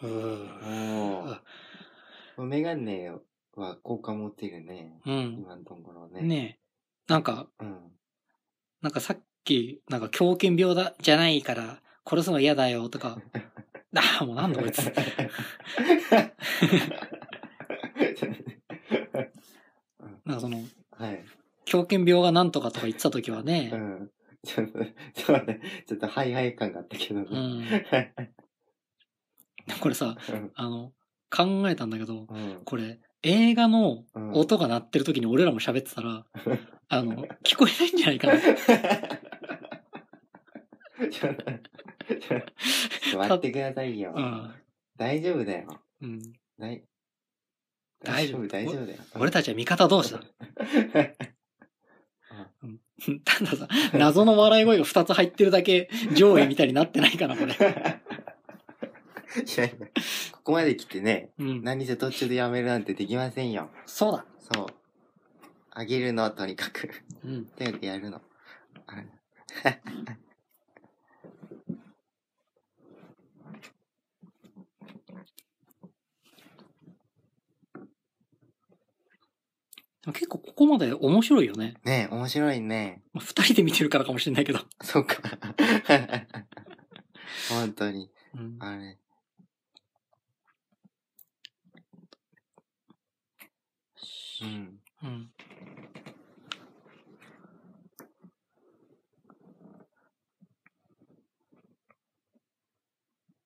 [SPEAKER 2] う
[SPEAKER 1] も
[SPEAKER 2] ー
[SPEAKER 1] う、メガネは効果持ってるね。
[SPEAKER 2] うん。
[SPEAKER 1] 今のところね。。
[SPEAKER 2] ねえ。なんか、
[SPEAKER 1] うん。
[SPEAKER 2] なんかさっき、なんか狂犬病だ、じゃないから、殺すの嫌だよと <laughs> か。ああ、もうなんだこいつ。なんかその、
[SPEAKER 1] <laughs> はい。
[SPEAKER 2] 狂犬病がなんとかとか言ってた時はね
[SPEAKER 1] う、ん。ちょっと、ちょっとね、ちょっとハイハイ感があったけどね。
[SPEAKER 2] うん。これさ、あの、考えたんだけど、
[SPEAKER 1] うん。
[SPEAKER 2] これ、映画の
[SPEAKER 1] うん
[SPEAKER 2] 音が鳴ってる時に俺らも喋って
[SPEAKER 1] <laughs>
[SPEAKER 2] たら、あの、聞こえないんじゃないかな。
[SPEAKER 1] ちょっとちょっと待ってくださいよ。
[SPEAKER 2] うん。
[SPEAKER 1] 大丈夫だよ。
[SPEAKER 2] うん、
[SPEAKER 1] だい
[SPEAKER 2] 大
[SPEAKER 1] 大
[SPEAKER 2] 丈
[SPEAKER 1] 丈
[SPEAKER 2] 夫
[SPEAKER 1] 夫、大丈夫だよ。
[SPEAKER 2] 俺たちは味方同士だ。うんたださ、謎の笑い声が2つ入ってるだけ上位みたいになってないかな、こ
[SPEAKER 1] <laughs>
[SPEAKER 2] れ。
[SPEAKER 1] いやいや、ここまで来てね、
[SPEAKER 2] うん。
[SPEAKER 1] 何せ途中でやめるなんてできませんよ。
[SPEAKER 2] そうだ。
[SPEAKER 1] そう。あげるの、とにかく。
[SPEAKER 2] うん。
[SPEAKER 1] とにかくやるの。あ
[SPEAKER 2] でも結構ここまで面白いよね。
[SPEAKER 1] ねえ、面白いね。
[SPEAKER 2] まあ、2人で見てるからかもしれないけど。
[SPEAKER 1] そっか。本当に。
[SPEAKER 2] うん。
[SPEAKER 1] あれ。うん。
[SPEAKER 2] うん。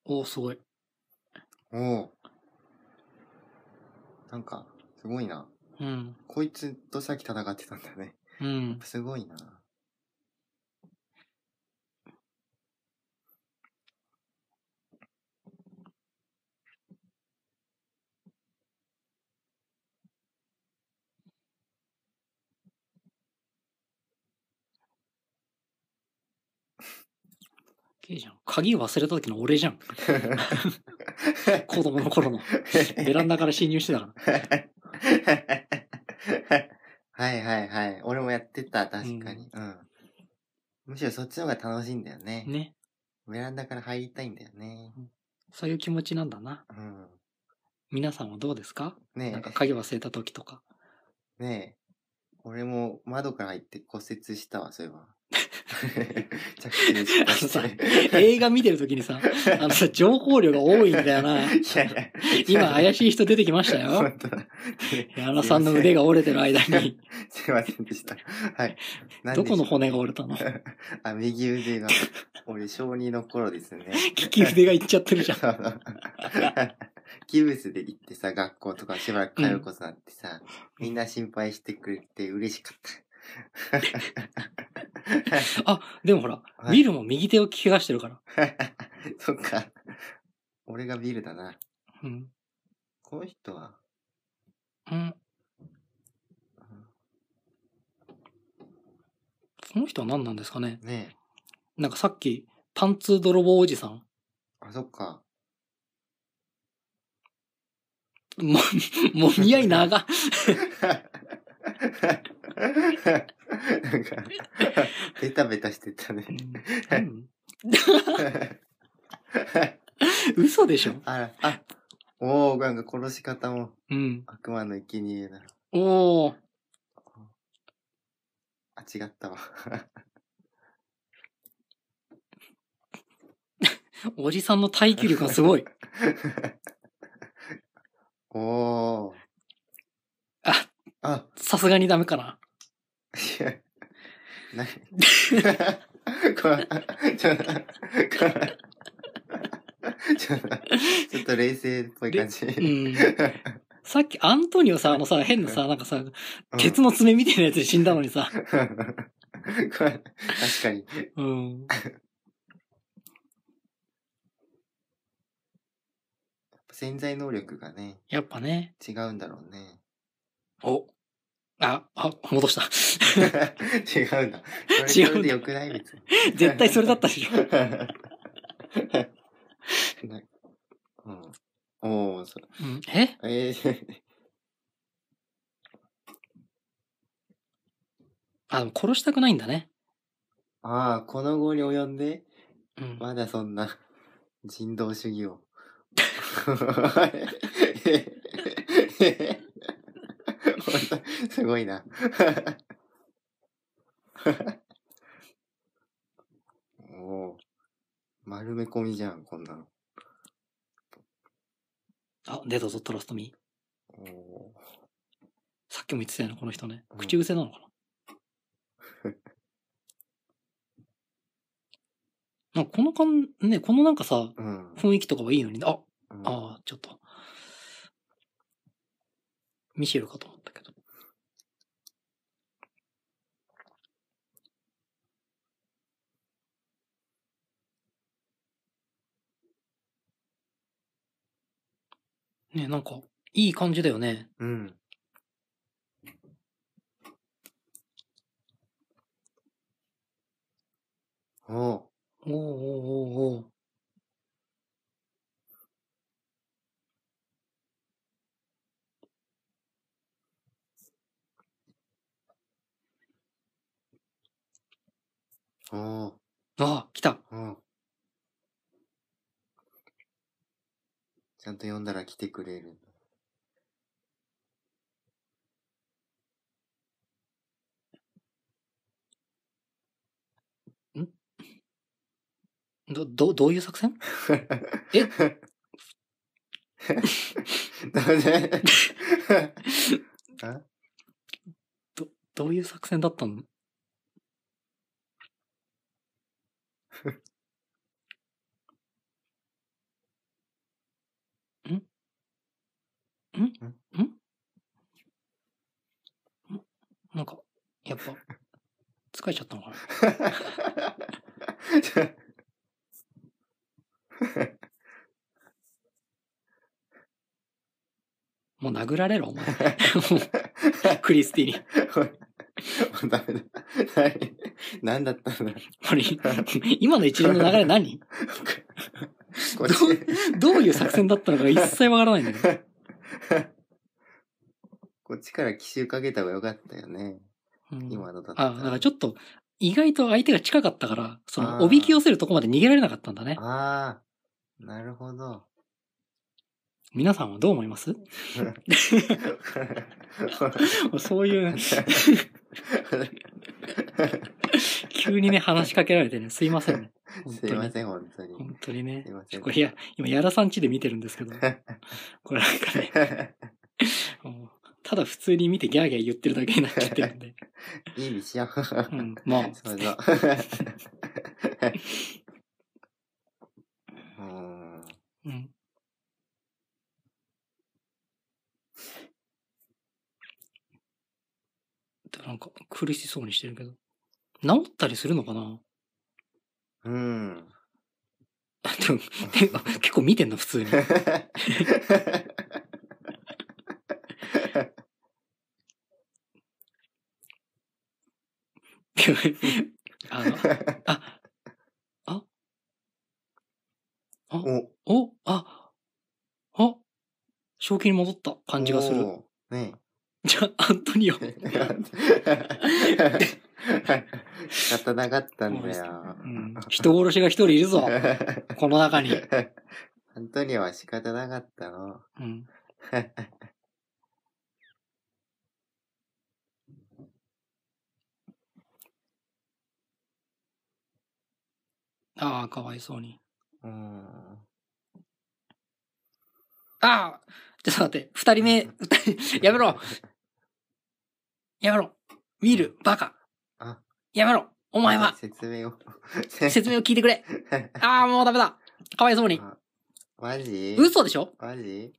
[SPEAKER 2] おお、すごい。
[SPEAKER 1] おお。なんか、すごいな。
[SPEAKER 2] うん。
[SPEAKER 1] こいつとさっき戦ってたんだね。
[SPEAKER 2] うん。
[SPEAKER 1] すごいな。
[SPEAKER 2] いいじゃん。鍵忘れた時の俺じゃん。子供の頃の。ベランダから侵入してたか
[SPEAKER 1] はいはいはい。俺もやってた、確かに。うん。むしろそっちの方が楽しいんだよね
[SPEAKER 2] ら。。ね。
[SPEAKER 1] ベランダから入りたいんだよね。
[SPEAKER 2] そういう気持ちなんだな。
[SPEAKER 1] うん。
[SPEAKER 2] 皆さんはどうですか
[SPEAKER 1] ね
[SPEAKER 2] なんか鍵忘れた時とか。
[SPEAKER 1] え、 <laughs> ねえ。俺も窓から入って骨折したわ、そういえば。 <laughs> 着地で失敗
[SPEAKER 2] <laughs>
[SPEAKER 1] して。
[SPEAKER 2] 映画見てる時にさ、あのさ、情報量が多いんだよな。 <laughs> 今怪
[SPEAKER 1] い
[SPEAKER 2] しい人出てきました
[SPEAKER 1] やいや
[SPEAKER 2] よ
[SPEAKER 1] <laughs> 本。当だ。
[SPEAKER 2] 矢野さんの腕が折れてる間に、
[SPEAKER 1] すいませんでした。はい。
[SPEAKER 2] どこの骨が
[SPEAKER 1] 折
[SPEAKER 2] 折れたの
[SPEAKER 1] あ、右腕が。俺、小2の頃です
[SPEAKER 2] <laughs>
[SPEAKER 1] ね。
[SPEAKER 2] 利き腕がいっちゃってるじゃん。
[SPEAKER 1] <laughs> ギブスで行ってさ、学校とかしばらく通うことになってさ、みんな心配してくれて嬉しかった。
[SPEAKER 2] あ、 <laughs> でもほら、
[SPEAKER 1] はい
[SPEAKER 2] ビルも右手を怪我してるから。
[SPEAKER 1] <laughs> そっか。俺がビルだな。
[SPEAKER 2] うん。
[SPEAKER 1] この人は、
[SPEAKER 2] うん。この人は何なんですかね
[SPEAKER 1] ねえ。
[SPEAKER 2] なんかさっき、パンツ泥棒おじさ <laughs> ん。
[SPEAKER 1] あ、そっか。
[SPEAKER 2] も、もみ合い長っ。
[SPEAKER 1] なんか、ベタベタしてたね。
[SPEAKER 2] うん嘘でしょ
[SPEAKER 1] あら、あ、おおなんか殺し方も
[SPEAKER 2] うん。
[SPEAKER 1] 悪魔の生贄だ。
[SPEAKER 2] おー。
[SPEAKER 1] あ、違ったわ。
[SPEAKER 2] おじさんの耐久力がすご <laughs> い。
[SPEAKER 1] おお
[SPEAKER 2] あ、
[SPEAKER 1] あ、
[SPEAKER 2] さすがにダメかな。
[SPEAKER 1] いや、なにこれ、ちょっと、これちょっと、ちょっと冷静っぽい感じ。
[SPEAKER 2] うん。さっきアントニオさ、あのさ、変なさ、なんかさ、
[SPEAKER 1] うん
[SPEAKER 2] 鉄の爪みたいなやつで死んだのにさ、
[SPEAKER 1] 確かに。
[SPEAKER 2] うん。
[SPEAKER 1] 潜在能力がね、
[SPEAKER 2] やっぱね。
[SPEAKER 1] 違うんだろうね。
[SPEAKER 2] お。あ、あ、戻した。
[SPEAKER 1] 違うんだ。それそれでよくない別に。
[SPEAKER 2] 絶対それだったでしょ。
[SPEAKER 1] <laughs> なうん、おお、そう。
[SPEAKER 2] うん、え
[SPEAKER 1] えー、 <laughs>
[SPEAKER 2] あ、でも殺したくないんだね。
[SPEAKER 1] ああ、この後に及んで、
[SPEAKER 2] うん。
[SPEAKER 1] まだそんな人道主義を。すごいな。お <laughs> お丸め込みじゃん、こんなの。
[SPEAKER 2] あ、デートゾットロストミー。
[SPEAKER 1] おお
[SPEAKER 2] さっきも言ってたよね、この人ね
[SPEAKER 1] う。ん
[SPEAKER 2] 口癖なのかな。 <laughs> なんかこのかん、ね、このなんかさ、
[SPEAKER 1] うん。
[SPEAKER 2] 雰囲気とかはいいのに、あ、
[SPEAKER 1] うん
[SPEAKER 2] ああ、ちょっと。ミシェルかと思ったけど。ねえなんか、いい感じだよね。
[SPEAKER 1] うん。おお
[SPEAKER 2] おうおうおうおう
[SPEAKER 1] おお
[SPEAKER 2] ああ、来た。
[SPEAKER 1] うん。ちゃんと読んだら来てくれる。 <laughs>
[SPEAKER 2] ど、ど、どういう作戦え
[SPEAKER 1] なんであ
[SPEAKER 2] どういう作戦だったの <laughs> んんんんなんか、やっぱ、疲れちゃったのかなもう殴られろ、お前。もうクリスティに。
[SPEAKER 1] もうダメだ。何何だったんだ
[SPEAKER 2] これ、今の一連の流れ何
[SPEAKER 1] こっ
[SPEAKER 2] どう
[SPEAKER 1] ち、
[SPEAKER 2] どういう作戦だったのか一切わからないんだけど。
[SPEAKER 1] こっちから奇襲かけた方がよかったよね。
[SPEAKER 2] うん
[SPEAKER 1] 今のだった
[SPEAKER 2] あ、だからちょっと、意外と相手が近かったから、そ
[SPEAKER 1] あ
[SPEAKER 2] の、
[SPEAKER 1] ー
[SPEAKER 2] おびき寄せるとこまで逃げられなかったんだね。
[SPEAKER 1] ああ、なるほ
[SPEAKER 2] <laughs>
[SPEAKER 1] ど。 <laughs>
[SPEAKER 2] 皆さんはどう思います <laughs> そういう、急にね、話しかけられてね、すいません
[SPEAKER 1] <laughs>
[SPEAKER 2] ね。本
[SPEAKER 1] す
[SPEAKER 2] 当
[SPEAKER 1] い
[SPEAKER 2] に
[SPEAKER 1] ま
[SPEAKER 2] ね。
[SPEAKER 1] せん、本当に。 <laughs>
[SPEAKER 2] 本当にね
[SPEAKER 1] すいませ。ん
[SPEAKER 2] これ、いや、今、やらさんちで見てるんです
[SPEAKER 1] <laughs>
[SPEAKER 2] けど、これなんかね、もうただ普通に見てギャーギャー言ってるだけになっちゃってるんで。
[SPEAKER 1] いいでしょ。
[SPEAKER 2] うん、ま
[SPEAKER 1] <laughs>
[SPEAKER 2] あ、
[SPEAKER 1] そうそう。うん
[SPEAKER 2] うん。でなんか苦しそうにしてるけど。治ったりするのかな <laughs>
[SPEAKER 1] うん。
[SPEAKER 2] でもてか結構見てんの
[SPEAKER 1] <laughs>
[SPEAKER 2] 普通に。あの、あ、
[SPEAKER 1] お
[SPEAKER 2] お、あ、あ、正気に戻った感じがする。。
[SPEAKER 1] おー
[SPEAKER 2] <laughs>
[SPEAKER 1] ね
[SPEAKER 2] じゃあ、アント
[SPEAKER 1] <laughs>
[SPEAKER 2] ニオ。
[SPEAKER 1] 仕方なかったんだよ。
[SPEAKER 2] うん、人殺しが一人いるぞ。この中に。
[SPEAKER 1] アントニオは仕方なかったの。 <laughs>
[SPEAKER 2] うん。ああ、かわいそうに。
[SPEAKER 1] うん。
[SPEAKER 2] ああちょっと待って、二人目、二人やめろやめろ見るバカ
[SPEAKER 1] あ
[SPEAKER 2] やめろお
[SPEAKER 1] お
[SPEAKER 2] 前は
[SPEAKER 1] <laughs> 説明を。
[SPEAKER 2] 説明を聞いて
[SPEAKER 1] <laughs>
[SPEAKER 2] くれああ、もうダメだかわいそうに
[SPEAKER 1] あマジ
[SPEAKER 2] 嘘でしょ
[SPEAKER 1] マ
[SPEAKER 2] <laughs>
[SPEAKER 1] ジ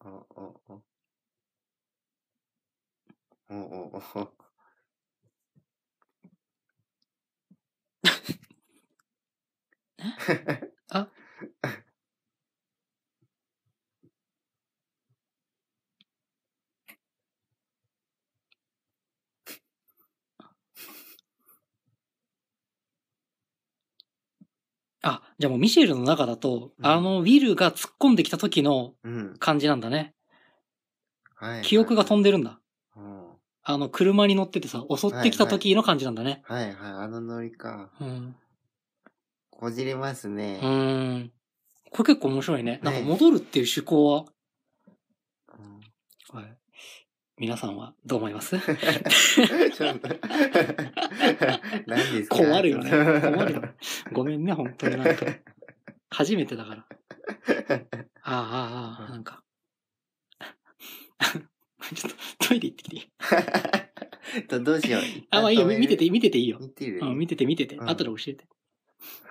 [SPEAKER 1] おおおおおお
[SPEAKER 2] ああ、じゃあもうミシェルの中だと、
[SPEAKER 1] うん
[SPEAKER 2] あのウィルが突っ込んできた時の
[SPEAKER 1] うん。
[SPEAKER 2] 感じなんだね。
[SPEAKER 1] はい。
[SPEAKER 2] 記憶が飛ん
[SPEAKER 1] で。
[SPEAKER 2] でるんだ。
[SPEAKER 1] うん
[SPEAKER 2] あの、車に乗っててさ、襲ってきた時の感じなんだね。
[SPEAKER 1] はいはい、あのノリか。
[SPEAKER 2] うん。
[SPEAKER 1] こじれますね
[SPEAKER 2] う。ーん。これ結構面白いね。なんか戻るっていう趣向は、
[SPEAKER 1] うん <laughs>
[SPEAKER 2] はい、皆さんはどう思います <laughs>
[SPEAKER 1] ちょっと。 <laughs> 何ですか
[SPEAKER 2] 困る <laughs> よね。困るよ
[SPEAKER 1] <laughs>
[SPEAKER 2] ね。ごめんね、本当になんか。初めてだから。ああ、ああ、ああ、なんか。 <laughs> ちょっとトイレ行ってきていい
[SPEAKER 1] とどうしよう。
[SPEAKER 2] あ、まあいいよ。
[SPEAKER 1] 止める
[SPEAKER 2] 見てて、。見てていいよ。
[SPEAKER 1] 見てる。
[SPEAKER 2] うん、見てて見てて。
[SPEAKER 1] うん
[SPEAKER 2] 後で教えて。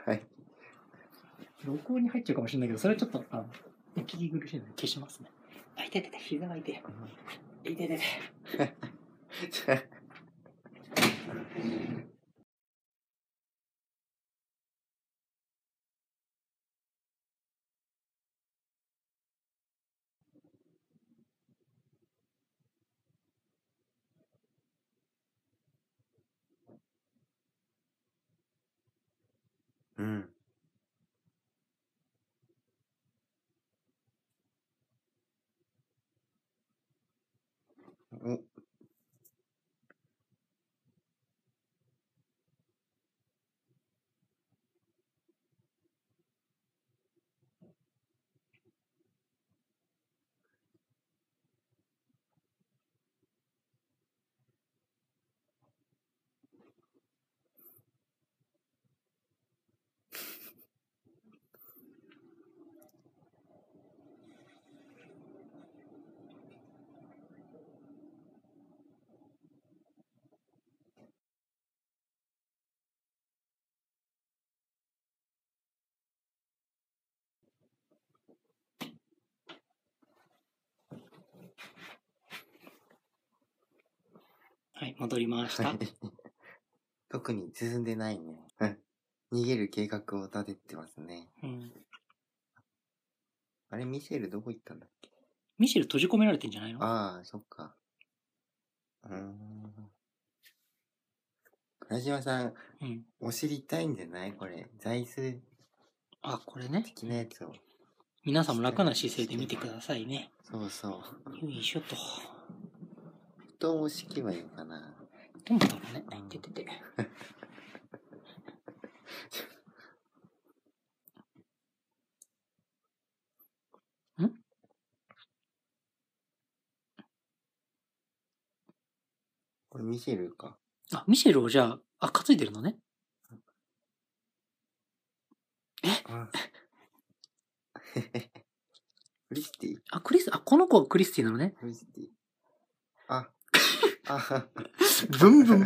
[SPEAKER 1] はい。
[SPEAKER 2] 録音に入っちゃうかもしれないけど、それはちょっと、あの、お聞き苦しいので消しますね。あ、痛い痛い痛い。膝が痛い。痛い痛い痛い。
[SPEAKER 1] うん。お、
[SPEAKER 2] はい、戻りました。
[SPEAKER 1] <laughs> 特に進んでないね。うん逃げる計画を立ててますね。
[SPEAKER 2] うん。
[SPEAKER 1] あれ、ミシェルどこ行ったんだっけ
[SPEAKER 2] ミシェル閉じ込められてんじゃないの
[SPEAKER 1] ああ、そっか。うーん。倉島さん、
[SPEAKER 2] うん。
[SPEAKER 1] お知りたいんじゃないこれ。座椅子
[SPEAKER 2] あ、これね。
[SPEAKER 1] 的なやつを。
[SPEAKER 2] 皆さんも楽な姿勢で見てくださいね。
[SPEAKER 1] そうそう。
[SPEAKER 2] よいしょっと。
[SPEAKER 1] 布団を敷けばいいのかな。
[SPEAKER 2] どうだろうね。ててて。ん
[SPEAKER 1] これミシェルか。
[SPEAKER 2] あ、ミシェルをじゃあ、あ、担いでるのね。
[SPEAKER 1] <laughs> あクリスティ
[SPEAKER 2] あ、クリス、あ、この子はクリスティなの
[SPEAKER 1] <laughs>
[SPEAKER 2] ね。
[SPEAKER 1] クリスティあ。あ。
[SPEAKER 2] ブンブン。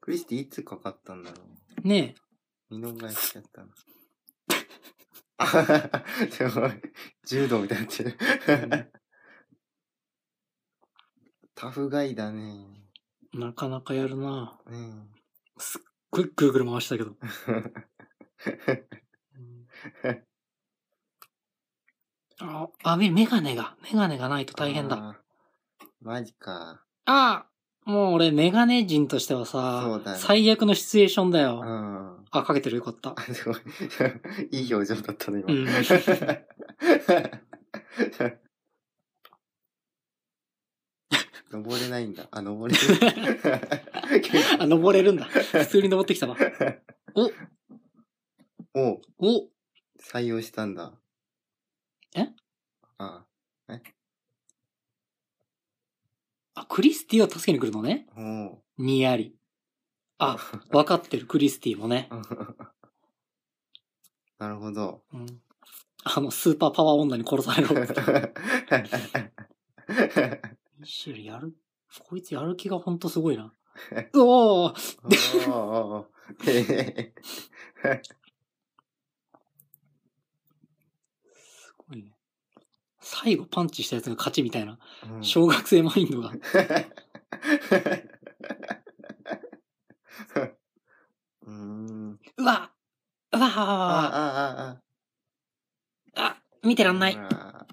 [SPEAKER 1] クリスティいつかかったんだろう。
[SPEAKER 2] ね
[SPEAKER 1] 見逃しちゃ <laughs> ったな。あははすごい。柔道みたいになってる。タフガイだね。
[SPEAKER 2] え、なかなかやるな
[SPEAKER 1] ね
[SPEAKER 2] ぐっぐるぐる回した
[SPEAKER 1] <laughs>
[SPEAKER 2] けど。あ、あ、め、メガネが、メガネがないと大変だ。。
[SPEAKER 1] あーマジか。
[SPEAKER 2] ああもう俺、メガネ人としては
[SPEAKER 1] そ
[SPEAKER 2] さ
[SPEAKER 1] う、だね
[SPEAKER 2] 最悪のシチュエーションだ
[SPEAKER 1] う
[SPEAKER 2] よ。
[SPEAKER 1] ん。 <laughs>
[SPEAKER 2] あ、かけてるよかった <laughs>
[SPEAKER 1] あ。すごい。いい表情だったね、今。
[SPEAKER 2] うん
[SPEAKER 1] <laughs> 登れないんだ。あ、登 <laughs> れない。結
[SPEAKER 2] あ、登れるんだ。普通に登ってきたわ。お、
[SPEAKER 1] 構お、
[SPEAKER 2] お、
[SPEAKER 1] 採用したんだ。
[SPEAKER 2] え
[SPEAKER 1] あ
[SPEAKER 2] あ、クリスティを助けに来るのね。
[SPEAKER 1] あ、お
[SPEAKER 2] にやり。
[SPEAKER 1] <laughs>
[SPEAKER 2] あ、わかってる、クリスティもね。
[SPEAKER 1] う。 <laughs> なるほ <laughs> ど。
[SPEAKER 2] うん。あの、スーパーパワー女に殺され
[SPEAKER 1] <laughs>
[SPEAKER 2] る。ミッシェルやる、こいつやる気がほんとすごい
[SPEAKER 1] <laughs>
[SPEAKER 2] な。おー
[SPEAKER 1] おおーへへ
[SPEAKER 2] すごいね。最後パンチしたやつが勝ちみたいな、
[SPEAKER 1] うん
[SPEAKER 2] 小
[SPEAKER 1] <laughs>
[SPEAKER 2] 学生マインドが。
[SPEAKER 1] うーん。
[SPEAKER 2] うわ
[SPEAKER 1] ああ、
[SPEAKER 2] うわあ
[SPEAKER 1] ああ、
[SPEAKER 2] あ見てらんない。
[SPEAKER 1] あ。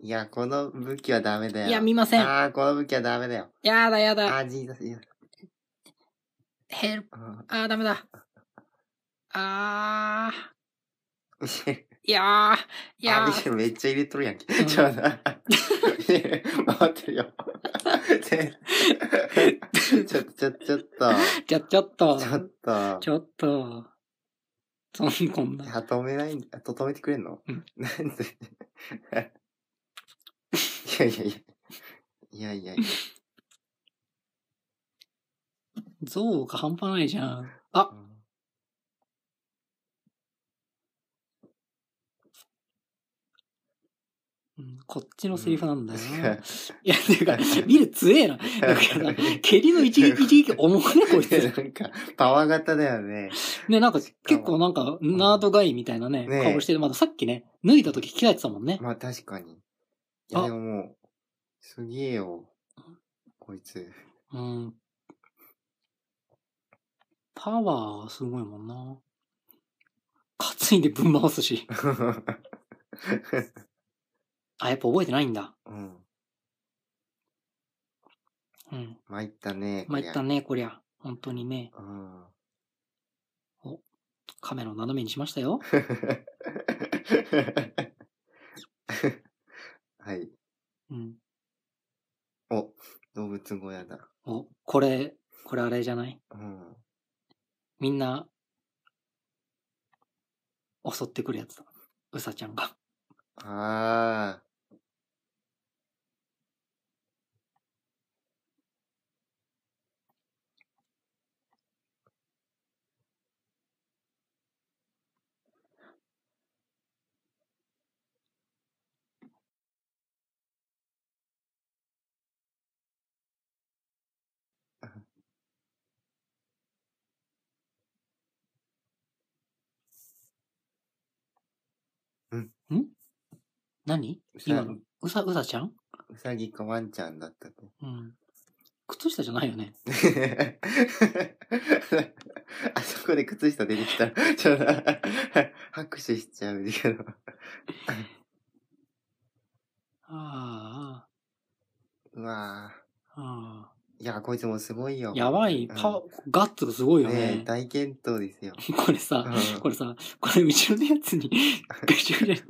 [SPEAKER 1] いや、この武器はダメだよ。
[SPEAKER 2] いや、見ません。
[SPEAKER 1] ああ、この武器はダメだよ。
[SPEAKER 2] やだや
[SPEAKER 1] あ
[SPEAKER 2] だ。
[SPEAKER 1] あ、ジーザス、ジーザス
[SPEAKER 2] ヘルプ。
[SPEAKER 1] あ
[SPEAKER 2] あー、ダメだ。あー。
[SPEAKER 1] ー。
[SPEAKER 2] いやー。いや
[SPEAKER 1] あ
[SPEAKER 2] ー。
[SPEAKER 1] めっちゃ入れとるやんけ。
[SPEAKER 2] うん
[SPEAKER 1] ちょうだい。回ってるよ。 <laughs> ちょっと、ちょっと、ちょっと、
[SPEAKER 2] じゃ、ちょっと。
[SPEAKER 1] ちょっと、
[SPEAKER 2] ちょっと。そん、こんな。
[SPEAKER 1] あ止めないんだ、と止めてくれんの、
[SPEAKER 2] うん
[SPEAKER 1] なんでいやいやいや。いやいやいや。
[SPEAKER 2] 像が半端ないじゃん。あ、うんこっちのセリフなんだよな。いや、ていうか、ビル強えな。だからさ、蹴りの一撃一撃重くね、 <laughs> こい
[SPEAKER 1] いや
[SPEAKER 2] つ。
[SPEAKER 1] なんか、パワー型だよね。
[SPEAKER 2] ね、なんか結構なんか、ナードガイみたいなね、
[SPEAKER 1] ねえ
[SPEAKER 2] 顔してる。まださっきね、脱いだ時着替えてたもんね。
[SPEAKER 1] まあ確かに。いや
[SPEAKER 2] あ
[SPEAKER 1] でももう、すげえよ。こいつ。 <laughs>
[SPEAKER 2] うん。パワーがすごいもんな。担いでぶん回すし。あ、やっぱ覚えてないんだ。
[SPEAKER 1] うん。
[SPEAKER 2] うん。
[SPEAKER 1] 参ったね。こ
[SPEAKER 2] 参
[SPEAKER 1] りゃ
[SPEAKER 2] ったね、こりゃ。本当にね、
[SPEAKER 1] うん。
[SPEAKER 2] カメラを斜めにしましたよ。
[SPEAKER 1] はい。
[SPEAKER 2] うん。
[SPEAKER 1] お、動物小屋だ。
[SPEAKER 2] お、これ、これあれじゃない
[SPEAKER 1] うん。
[SPEAKER 2] みんな、襲ってくるやつだ。うさちゃんが。
[SPEAKER 1] ああ。
[SPEAKER 2] 何
[SPEAKER 1] うさ
[SPEAKER 2] 今の。うさ、うさちゃん
[SPEAKER 1] うさぎかワンちゃんだったと。 <laughs>
[SPEAKER 2] うん。靴下じゃないよね。
[SPEAKER 1] あそこで靴下出てきたら、 <laughs> ちょっと、拍手しちゃうけど。
[SPEAKER 2] あ
[SPEAKER 1] うわ
[SPEAKER 2] あ、あ
[SPEAKER 1] ーいや、こいつもすごいよ
[SPEAKER 2] あ。。やばい。パ、ガッツがすごいよ
[SPEAKER 1] ねえ
[SPEAKER 2] ね。
[SPEAKER 1] 大健闘ですよ。
[SPEAKER 2] これさ、
[SPEAKER 1] うん
[SPEAKER 2] これさ、これ後ろのやつに、 <laughs> ぐちゃぐちゃ。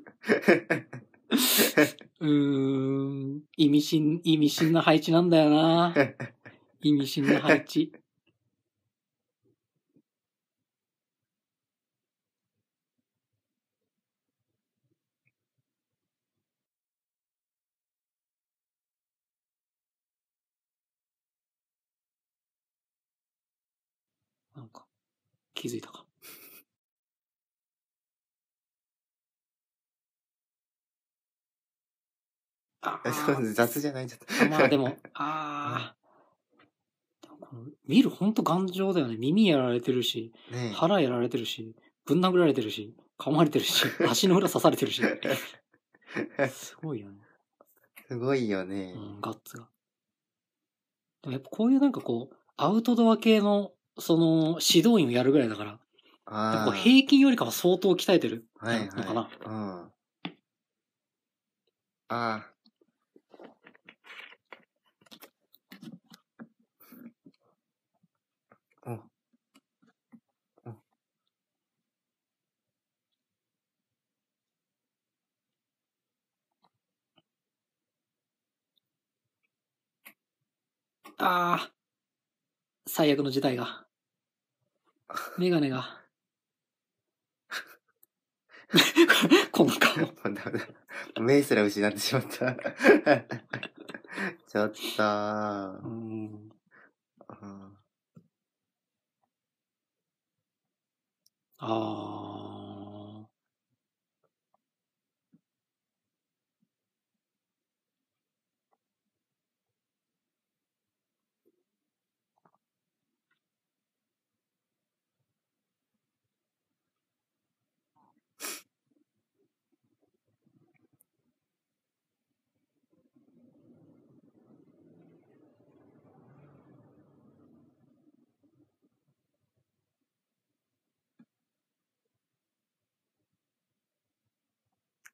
[SPEAKER 2] <laughs> うーん、意味深、意味深な配置なんだよな。意味深な配置。なんか、気づいたか。あ
[SPEAKER 1] <laughs>
[SPEAKER 2] ー
[SPEAKER 1] そう雑じゃないちょっ
[SPEAKER 2] あ
[SPEAKER 1] と。 <laughs>
[SPEAKER 2] まあでも、ああ。でもこのビルほんと頑丈だよね。耳やられてるし、
[SPEAKER 1] ね
[SPEAKER 2] 腹やられてるし、ぶん殴られてるし、噛まれて
[SPEAKER 1] <laughs>
[SPEAKER 2] るし、足の裏刺されてるし。すごいよね。
[SPEAKER 1] えすごいよね
[SPEAKER 2] う。ん、ガッツが。でもやっぱこういうなんかこう、アウトドア系の、その、指導員をやるぐらいだから、やっ
[SPEAKER 1] あ
[SPEAKER 2] ぱこう平均よりかは相当鍛えてる
[SPEAKER 1] はいはい
[SPEAKER 2] のかな。
[SPEAKER 1] あ。うん。ああ。お。お。
[SPEAKER 2] ああ。最悪の事態が。メガネが。この
[SPEAKER 1] な
[SPEAKER 2] 顔。
[SPEAKER 1] んだ目すら失ってしまった。 <laughs> ちょっ
[SPEAKER 2] う
[SPEAKER 1] と、
[SPEAKER 2] ん。
[SPEAKER 1] うん
[SPEAKER 2] ああ。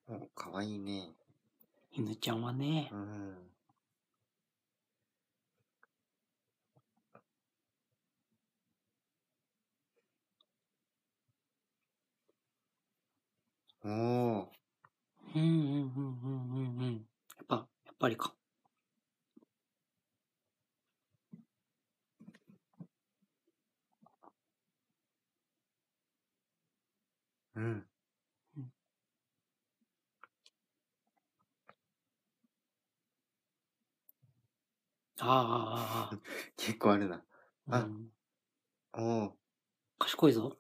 [SPEAKER 1] うんかわいいね。
[SPEAKER 2] 犬ちゃんはね
[SPEAKER 1] う、ん。おお
[SPEAKER 2] うんうんうんうんうんうん。やっぱ、やっぱりか。
[SPEAKER 1] ー、うん。
[SPEAKER 2] ああ、ああ
[SPEAKER 1] 結構あるな。
[SPEAKER 2] ああ、
[SPEAKER 1] あ
[SPEAKER 2] うん
[SPEAKER 1] おお
[SPEAKER 2] 賢いぞ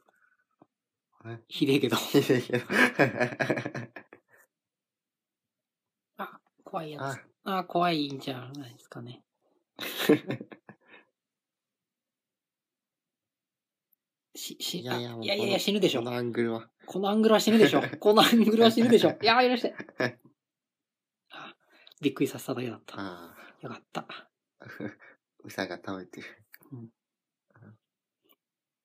[SPEAKER 1] え。
[SPEAKER 2] ひでえけど。
[SPEAKER 1] いやいや。
[SPEAKER 2] 怖いや
[SPEAKER 1] あ <laughs>
[SPEAKER 2] つ。ああ、怖いんじゃないですかね。し、し、
[SPEAKER 1] いやいや
[SPEAKER 2] あ
[SPEAKER 1] もう
[SPEAKER 2] いやいや
[SPEAKER 1] こ
[SPEAKER 2] い
[SPEAKER 1] の
[SPEAKER 2] や、死ぬでし
[SPEAKER 1] こ
[SPEAKER 2] ょ。
[SPEAKER 1] のアングルは。
[SPEAKER 2] このアングルは死
[SPEAKER 1] <laughs>
[SPEAKER 2] ぬでしょ。このアングルは死ぬでしょ。いやー、許して。あびっくりさせただけだった。
[SPEAKER 1] ああ。
[SPEAKER 2] よかった。
[SPEAKER 1] <laughs> うさが食べてる。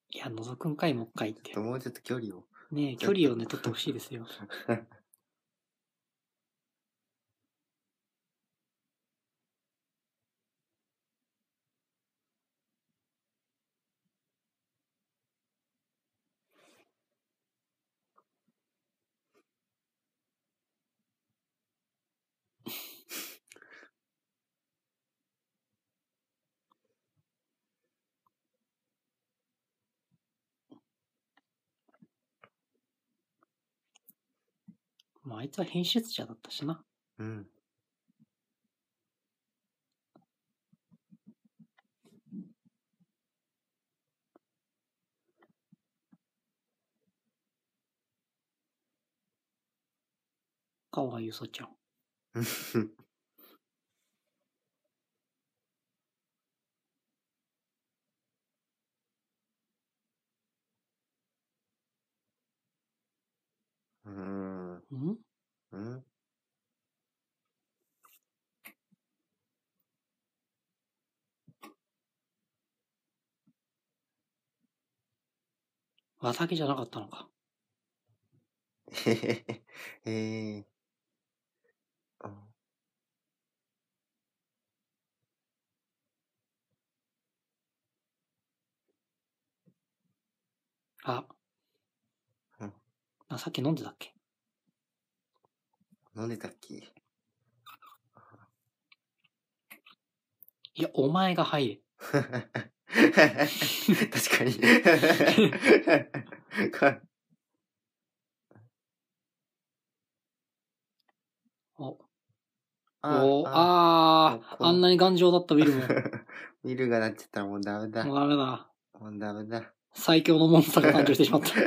[SPEAKER 2] いや、覗くんかい、もう一回って
[SPEAKER 1] ちょっと。もうちょっと距離を。
[SPEAKER 2] ねえ、距離をね、取ってほしいですよ。まあ、あいつは編集者だったしな。
[SPEAKER 1] うん。
[SPEAKER 2] かわいそちゃん。
[SPEAKER 1] うーん。
[SPEAKER 2] うん
[SPEAKER 1] うん。 <laughs>
[SPEAKER 2] わだけじゃなかったのか。
[SPEAKER 1] へへへ。えー。あ
[SPEAKER 2] あ。
[SPEAKER 1] うん
[SPEAKER 2] あ、さっき飲んでたっけ
[SPEAKER 1] 飲んでたっけ <laughs>
[SPEAKER 2] いや、お前が入れ。
[SPEAKER 1] 確か
[SPEAKER 2] <laughs>
[SPEAKER 1] に。か
[SPEAKER 2] お、
[SPEAKER 1] あ
[SPEAKER 2] お
[SPEAKER 1] あ
[SPEAKER 2] あ
[SPEAKER 1] あ
[SPEAKER 2] あ
[SPEAKER 1] こ
[SPEAKER 2] あんなに頑丈だったビルも。
[SPEAKER 1] ビルがなっちゃったらもうダメだ。
[SPEAKER 2] も
[SPEAKER 1] も
[SPEAKER 2] うダメだ。
[SPEAKER 1] うダメ
[SPEAKER 2] <laughs>
[SPEAKER 1] だ。
[SPEAKER 2] 最強のモンスターが誕生してしまった。
[SPEAKER 1] <laughs>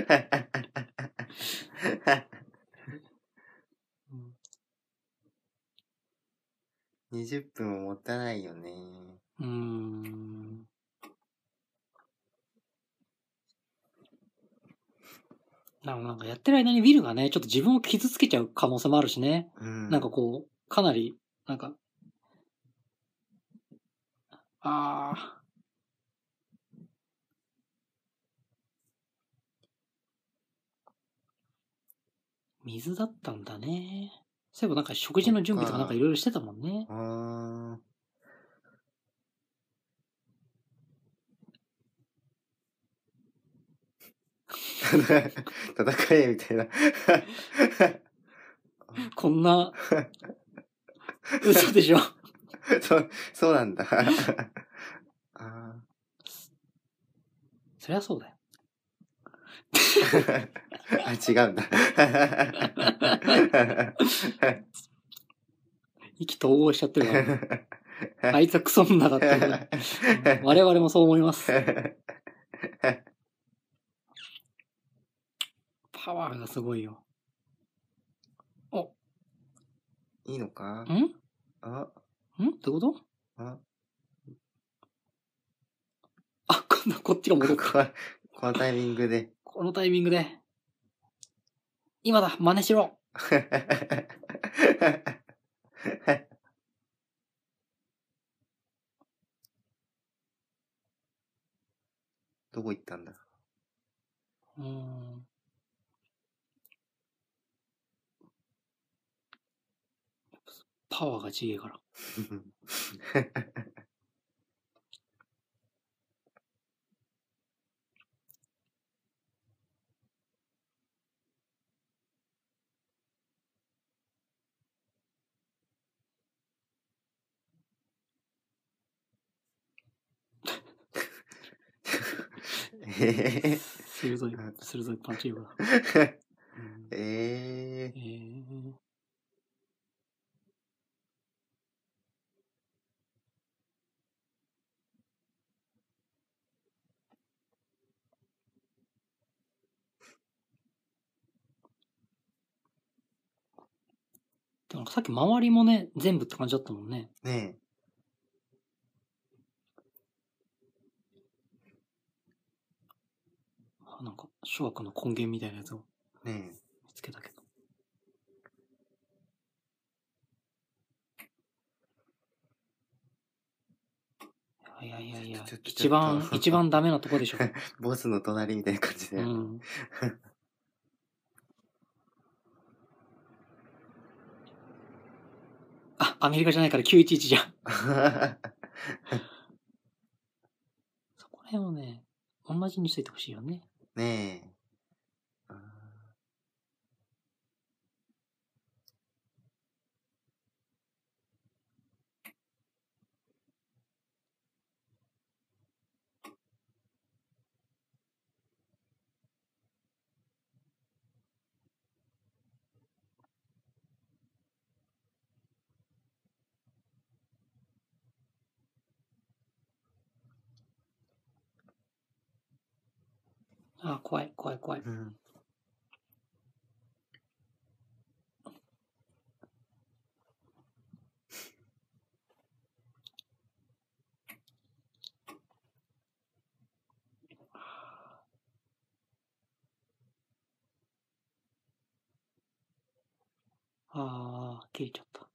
[SPEAKER 2] うん
[SPEAKER 1] 20分も持たないよね。
[SPEAKER 2] うーん。なんかなんかやってる間にビルがね、ちょっと自分を傷つけちゃう可能性もあるしね。
[SPEAKER 1] うん。
[SPEAKER 2] なんかこう、かなり、なんか、ああ。水だったんだね。そういえばなんか食事の準備とかなんかいろいろしてたもんね。
[SPEAKER 1] あー戦えみたいな。 <laughs>
[SPEAKER 2] こんな、嘘でしょ。
[SPEAKER 1] そう、そうなんだ。あ
[SPEAKER 2] そりゃそうだよ。
[SPEAKER 1] ーあ、違うんだ。
[SPEAKER 2] 意気投合しちゃってるから、あいつはクソ女だってこと。我々もそう思います。パワーがすごいよ。
[SPEAKER 1] <laughs> いいのか
[SPEAKER 2] んん
[SPEAKER 1] あ、
[SPEAKER 2] ってこと
[SPEAKER 1] あ、
[SPEAKER 2] あ、今度こっちが戻った。
[SPEAKER 1] ここのタイミングで。
[SPEAKER 2] このタイミングで。今だ真似しろ
[SPEAKER 1] <laughs> どこ行ったんだ
[SPEAKER 2] うーん。パワーがちげえから。
[SPEAKER 1] え
[SPEAKER 2] 鋭い、鋭いパンチ力だ。
[SPEAKER 1] ー
[SPEAKER 2] うん
[SPEAKER 1] <laughs> え
[SPEAKER 2] えーでもさっき周りもね、全部って感じだったもんね。
[SPEAKER 1] ー、ね
[SPEAKER 2] あなんか、諸悪の根源みたいなやつを
[SPEAKER 1] え、ねえ。
[SPEAKER 2] 見つけたけど。いやいやいやいや
[SPEAKER 1] ちょっ、とちょ
[SPEAKER 2] 一
[SPEAKER 1] っと
[SPEAKER 2] 番、一番ダメなと
[SPEAKER 1] <laughs>
[SPEAKER 2] こでしょ。
[SPEAKER 1] ボスの隣みたいな感じで。
[SPEAKER 2] うん。あ、アメリカじゃないから911じゃん。そこら辺をね、同じにしといてほしいよね。
[SPEAKER 1] <laughs> ねえ。あー
[SPEAKER 2] あ、怖い、怖い、怖い。
[SPEAKER 1] うん
[SPEAKER 2] ああ、切れちゃった。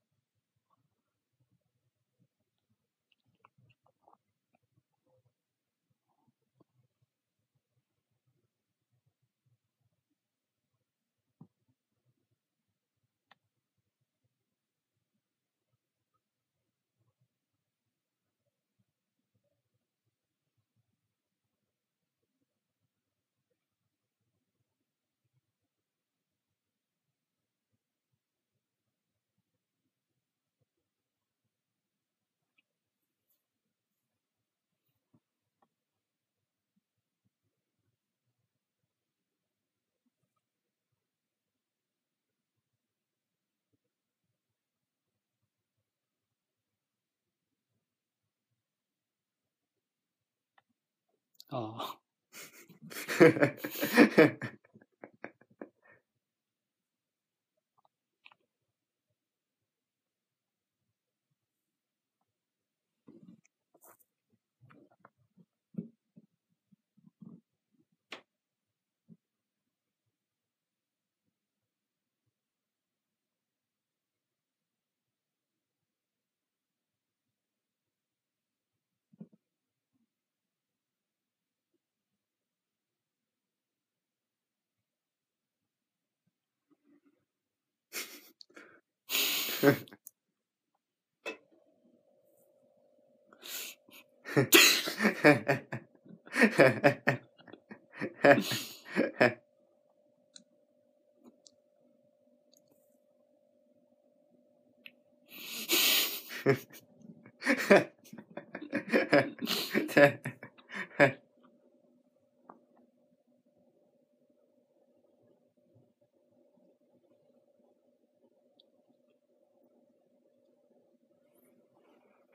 [SPEAKER 2] ああ、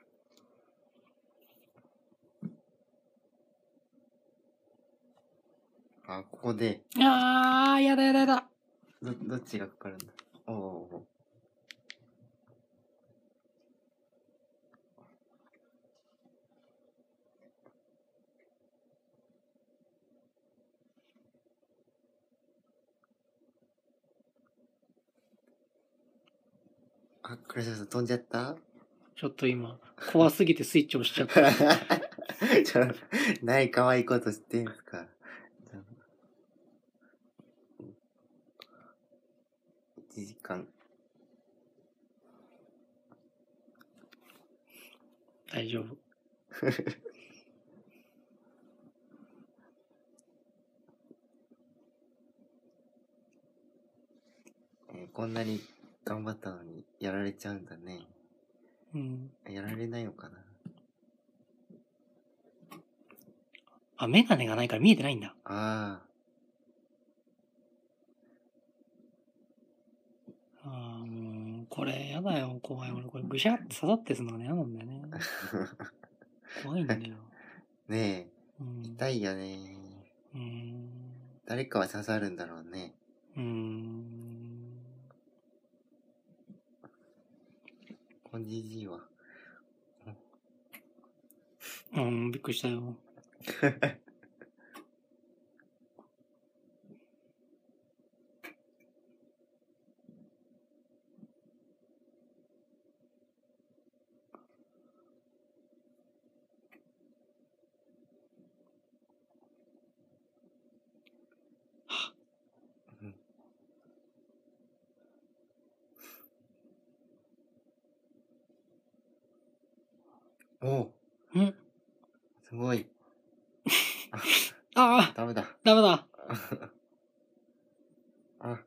[SPEAKER 1] <laughs> あ、ここで、
[SPEAKER 2] ああ、やだやだやだ。
[SPEAKER 1] ど、どっちがかかるんだおおー。あ、クリスマス飛んじゃった
[SPEAKER 2] ちょっと今、怖すぎてスイッチ押しちゃった。
[SPEAKER 1] ちょない可愛いこと知ってんすか。1時間。
[SPEAKER 2] 大丈夫。
[SPEAKER 1] えーこんなに頑張ったのにやられちゃうんだね。
[SPEAKER 2] うん。
[SPEAKER 1] やられないのかな
[SPEAKER 2] あ、メガネがないから見えてないんだ。
[SPEAKER 1] あ
[SPEAKER 2] ああ、もう、これやだよ、怖い。俺、これぐしゃって刺さってするのがね嫌なんだ
[SPEAKER 1] <laughs>
[SPEAKER 2] よね。
[SPEAKER 1] あ。
[SPEAKER 2] 怖いんだよ。
[SPEAKER 1] ね
[SPEAKER 2] うん。
[SPEAKER 1] え、痛いよね。
[SPEAKER 2] うん。
[SPEAKER 1] 誰かは刺さるんだろうね。
[SPEAKER 2] うん。
[SPEAKER 1] こんじじいは。
[SPEAKER 2] うん、びっくりしたよ。
[SPEAKER 1] お
[SPEAKER 2] う
[SPEAKER 1] うんすごい。
[SPEAKER 2] ああ
[SPEAKER 1] ダメだ。
[SPEAKER 2] ダメだ
[SPEAKER 1] <laughs> あ、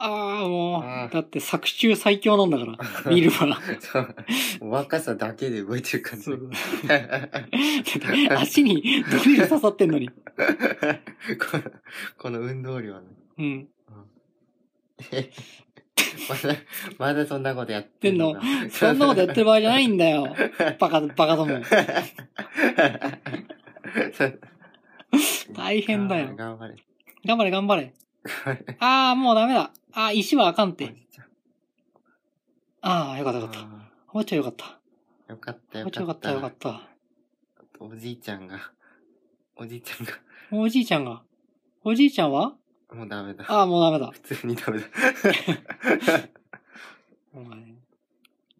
[SPEAKER 2] ああ、も
[SPEAKER 1] あ
[SPEAKER 2] う
[SPEAKER 1] ー。
[SPEAKER 2] だって作中最強なんだ
[SPEAKER 1] <laughs>
[SPEAKER 2] から。見るから。
[SPEAKER 1] そう。若さだけで動いてる感じ
[SPEAKER 2] そ。う <laughs> だって足にドリル刺さってんのに。
[SPEAKER 1] <laughs> このこの運動量の。
[SPEAKER 2] うん。
[SPEAKER 1] えまだ、まだそんなことやって
[SPEAKER 2] でんの。そんなことやってる場合じゃないんだよ。バカ、バカども。
[SPEAKER 1] <laughs>
[SPEAKER 2] 大変だよ。
[SPEAKER 1] 頑張れ。
[SPEAKER 2] 頑張れ、頑張れ。
[SPEAKER 1] 頑張れ
[SPEAKER 2] ああ、もうダメだ。ああ、石はあかんって。ああ、よかった、よかった。
[SPEAKER 1] あ
[SPEAKER 2] 包丁よかった。
[SPEAKER 1] ーよかった、
[SPEAKER 2] 包丁よかった、よかった。
[SPEAKER 1] おじいちゃん
[SPEAKER 2] <laughs>
[SPEAKER 1] が、おじいちゃんが、
[SPEAKER 2] おじいちゃんが。おじいちゃんは
[SPEAKER 1] もうダメだ。
[SPEAKER 2] ああ、もうダメだ。
[SPEAKER 1] 普通にダメだ。
[SPEAKER 2] お前。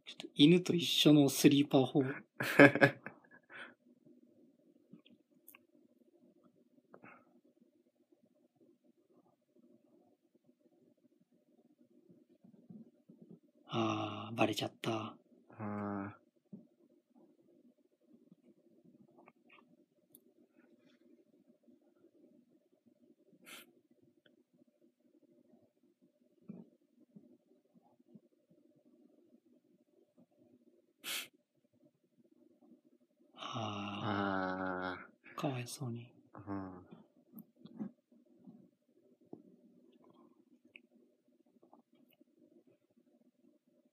[SPEAKER 2] ちょっと犬と一緒のスリーパー法。ああ、バレちゃった。
[SPEAKER 1] <laughs> あー
[SPEAKER 2] あ
[SPEAKER 1] あ
[SPEAKER 2] あ、かわいそうに。
[SPEAKER 1] ー、うん。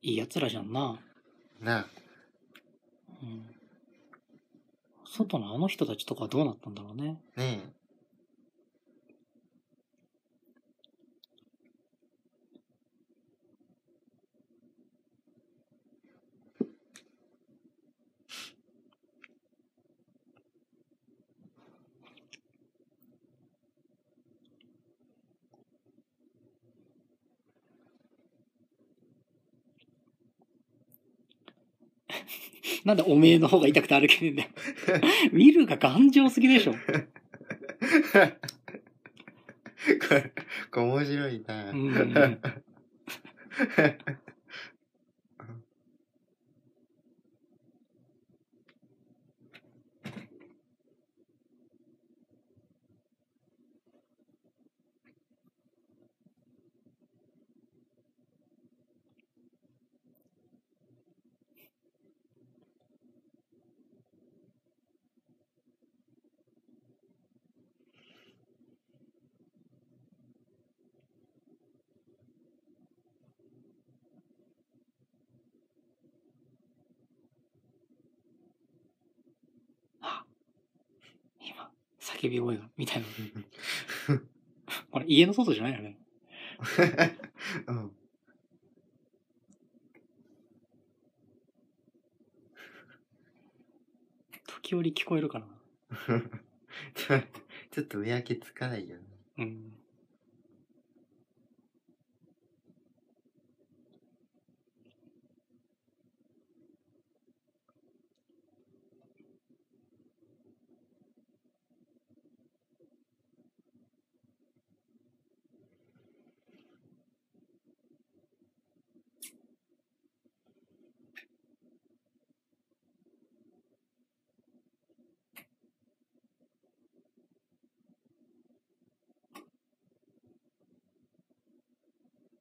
[SPEAKER 2] いい奴らじゃんな。
[SPEAKER 1] なあ、
[SPEAKER 2] うん。外のあの人たちとかはどうなったんだろうね。
[SPEAKER 1] ねえ。
[SPEAKER 2] なんでおめえの方が痛くて歩けねえんだ <laughs> よ。見るが頑丈すぎでしょ。
[SPEAKER 1] これ、これ面白いな。
[SPEAKER 2] うん今、叫び声が、みたいな。これ家の外じゃないよね。
[SPEAKER 1] <laughs> うん。 <laughs>
[SPEAKER 2] 時折聞こえるかな。
[SPEAKER 1] ちょちょっと見分けつかないよね。
[SPEAKER 2] うん。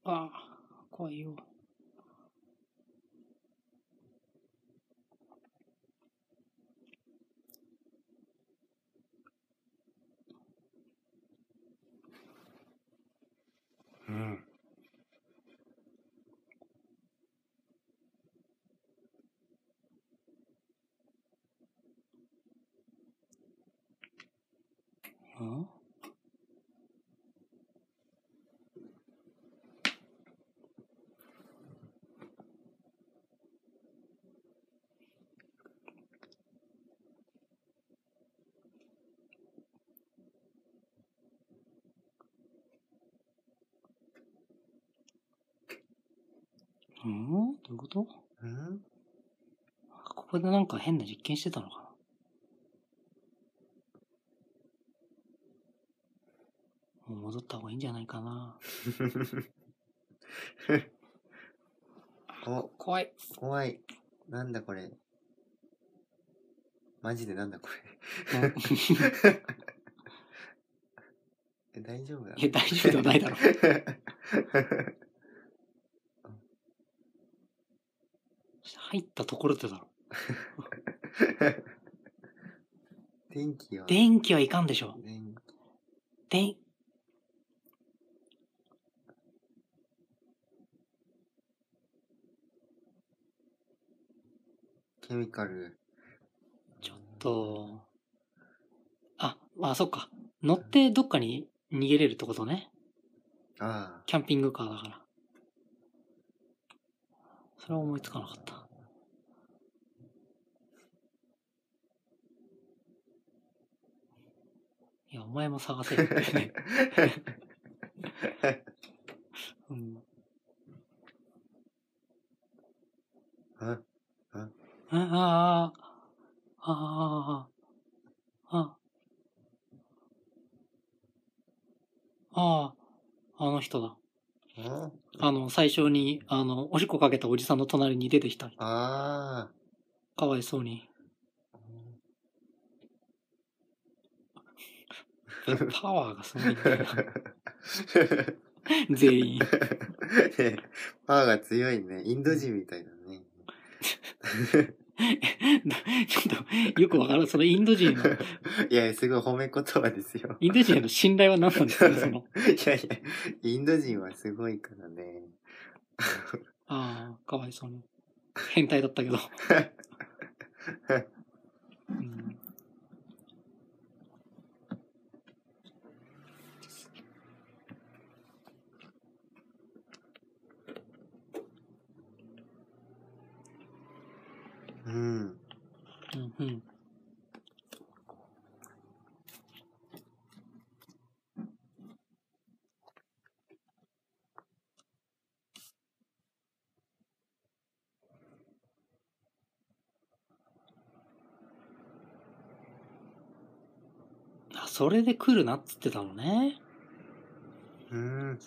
[SPEAKER 2] ああ、怖いよ。
[SPEAKER 1] うん。
[SPEAKER 2] うんうんどういうこと
[SPEAKER 1] うん
[SPEAKER 2] ここでなんか変な実験してたのかなもう戻った方がいいんじゃないかな。
[SPEAKER 1] お、
[SPEAKER 2] 怖い。
[SPEAKER 1] 怖い。なんだこれ。マジでなんだこれ。え、大丈夫だ。
[SPEAKER 2] <laughs> いや大丈夫ではないだろ
[SPEAKER 1] <laughs>
[SPEAKER 2] 入ったところでだろ。
[SPEAKER 1] <laughs> 電気は。
[SPEAKER 2] 電気はいかんでしょう。
[SPEAKER 1] 電
[SPEAKER 2] 電、
[SPEAKER 1] ケミカル。
[SPEAKER 2] ちょっと、あ、まあそっか。乗ってどっかに逃げれるってことね。
[SPEAKER 1] ああ。
[SPEAKER 2] キャンピングカーだから。それは思いつかなかった。いや、お前も探せる、うん。
[SPEAKER 1] あ
[SPEAKER 2] ああ、ああ、ああ、ああ、あの人だ。
[SPEAKER 1] あ
[SPEAKER 2] あの、最初に、あの、おしっこかけたおじさんの隣に出てきた。
[SPEAKER 1] <laughs> あ
[SPEAKER 2] かわいそうに。
[SPEAKER 1] あ。
[SPEAKER 2] パワーがすごいんだよな。全員。
[SPEAKER 1] ね <laughs> パワーが強いね。インド人みたいだね。
[SPEAKER 2] ちょっと、よくわからん。そのインド人の、
[SPEAKER 1] いや、すごい褒め言葉ですよ。
[SPEAKER 2] インド人への信頼は何なんですかその、
[SPEAKER 1] いやいや、インド人はすごいからね。
[SPEAKER 2] ああ、かわいそうに。変態だったけど。うん
[SPEAKER 1] うん。
[SPEAKER 2] うんうん。あ、それで来るなっつってたのね。
[SPEAKER 1] うん。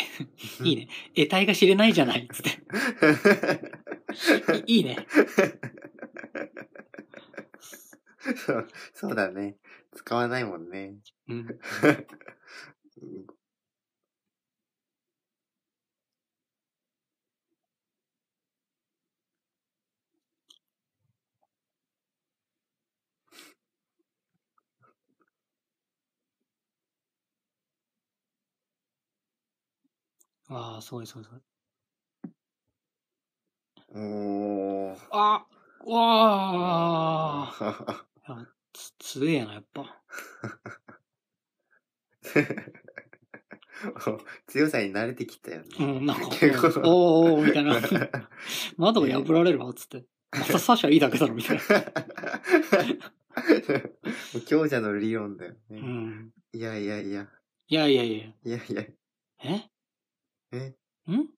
[SPEAKER 2] <laughs> いいね。得体が知れないじゃないっつって。いいいね。
[SPEAKER 1] <laughs> そう、そうだね。使わないもんね。
[SPEAKER 2] うん。わあ、すごいすごいすごい。
[SPEAKER 1] おー。
[SPEAKER 2] あわあ
[SPEAKER 1] あ。
[SPEAKER 2] つ、強えやな、やっぱ。
[SPEAKER 1] <laughs> 強さに慣れてきたよね。
[SPEAKER 2] うん、なんか、
[SPEAKER 1] 結構
[SPEAKER 2] おーおー、
[SPEAKER 1] <laughs>
[SPEAKER 2] みたいな。窓が破られるわ、つって。またサシはいいだけだろ、みたいな。
[SPEAKER 1] 強者の理論だよ
[SPEAKER 2] う
[SPEAKER 1] ね。
[SPEAKER 2] ん。
[SPEAKER 1] いやいやいや、
[SPEAKER 2] いやいやいや。
[SPEAKER 1] いやい <laughs> や、
[SPEAKER 2] え
[SPEAKER 1] え
[SPEAKER 2] ん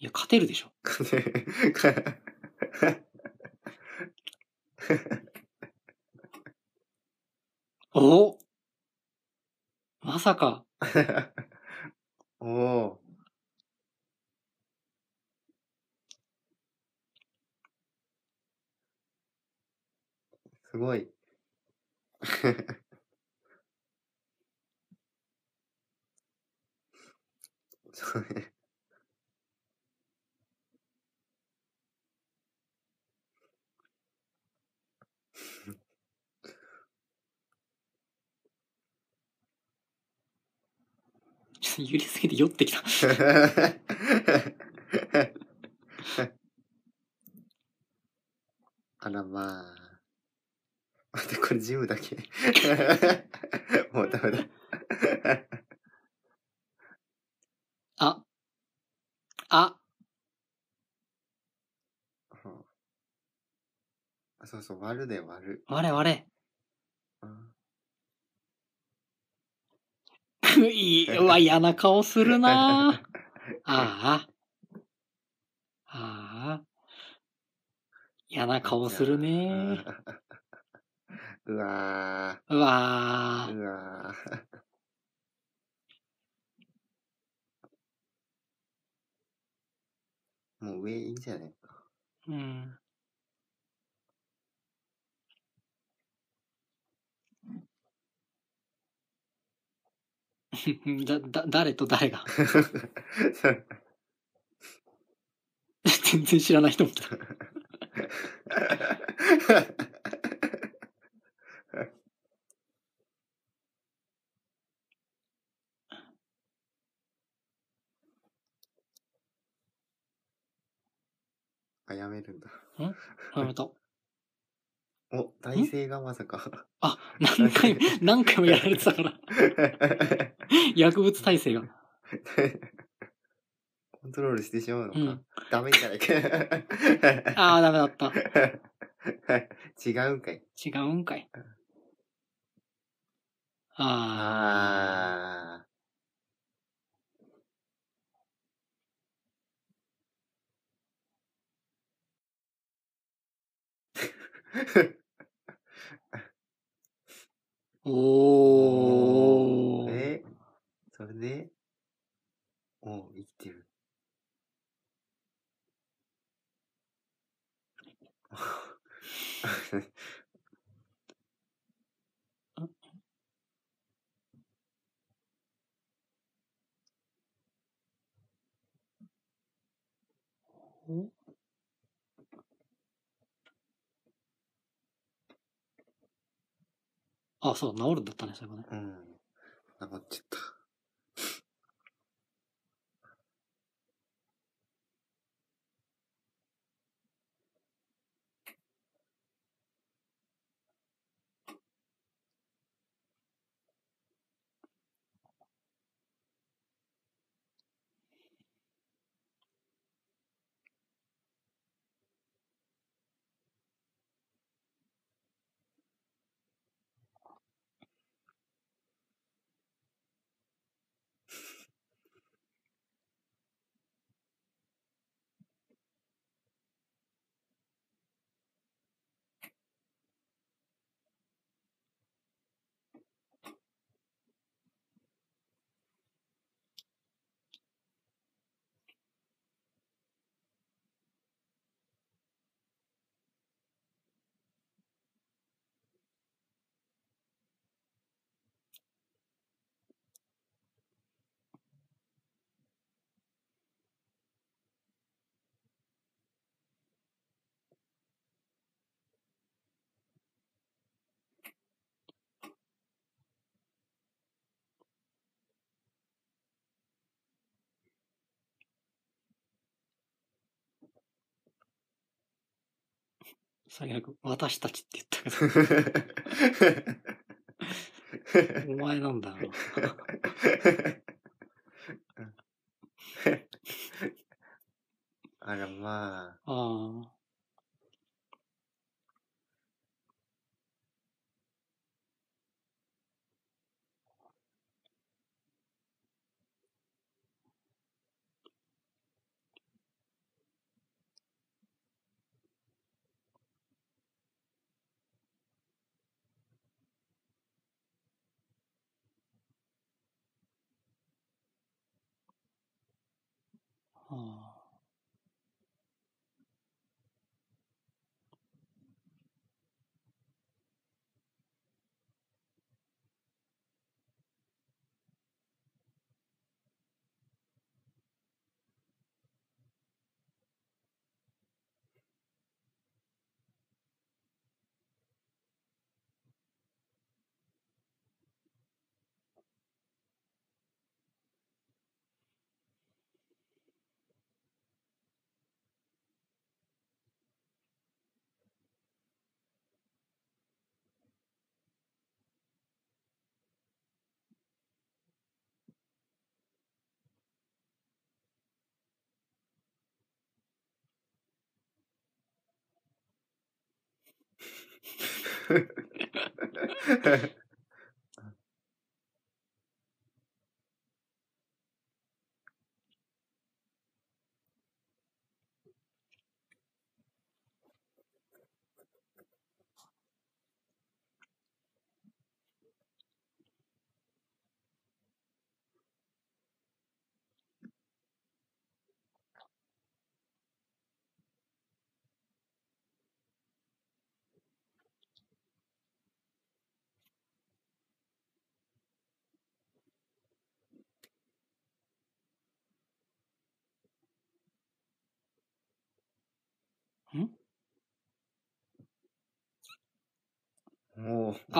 [SPEAKER 2] いや、勝てるでしょ。おおまさか。
[SPEAKER 1] <laughs> おおー。すごい。そうね。
[SPEAKER 2] ちょっと揺れすぎて酔ってきた。
[SPEAKER 1] <laughs> あらまあ。待って、これジムだけ。 <laughs> もうダメだ。
[SPEAKER 2] あ。あ。
[SPEAKER 1] うんあそうそう、割るで割る。
[SPEAKER 2] 我々。 <laughs>
[SPEAKER 1] うん
[SPEAKER 2] いい、うわ、嫌な顔するなぁああ。ああ。嫌な顔するね。
[SPEAKER 1] うわ
[SPEAKER 2] うわ
[SPEAKER 1] ー
[SPEAKER 2] ぁ。
[SPEAKER 1] うわー <laughs> もう上いいんじゃない
[SPEAKER 2] うん。 <laughs> だ、だ、誰と誰が <laughs> 全然知らない人も来た。
[SPEAKER 1] <laughs> あ、やめるんだ。
[SPEAKER 2] おめでとう。
[SPEAKER 1] お、大勢がまさか。 <laughs>
[SPEAKER 2] あ、何回 <laughs> も、何回もやられてたから。 <laughs> 薬物耐性が。
[SPEAKER 1] コントロールしてしまうのか。
[SPEAKER 2] うん
[SPEAKER 1] ダメじゃないか。
[SPEAKER 2] <laughs> ああ、ダメだった。
[SPEAKER 1] <laughs> 違うんかい。
[SPEAKER 2] 違うんかい。ああ。
[SPEAKER 1] あ
[SPEAKER 2] お
[SPEAKER 1] ー。
[SPEAKER 2] ー。
[SPEAKER 1] えそれでおう、生きてる。 <laughs>
[SPEAKER 2] あ、そう、治るんだったね、それもね。
[SPEAKER 1] うん。黙っちゃった。 <laughs>
[SPEAKER 2] 最悪、私たちって言ったけど、お <laughs> 前なんだよな。
[SPEAKER 1] <laughs> あらまあ。
[SPEAKER 2] ああ。ああ。
[SPEAKER 1] もう、 <laughs>
[SPEAKER 2] 哦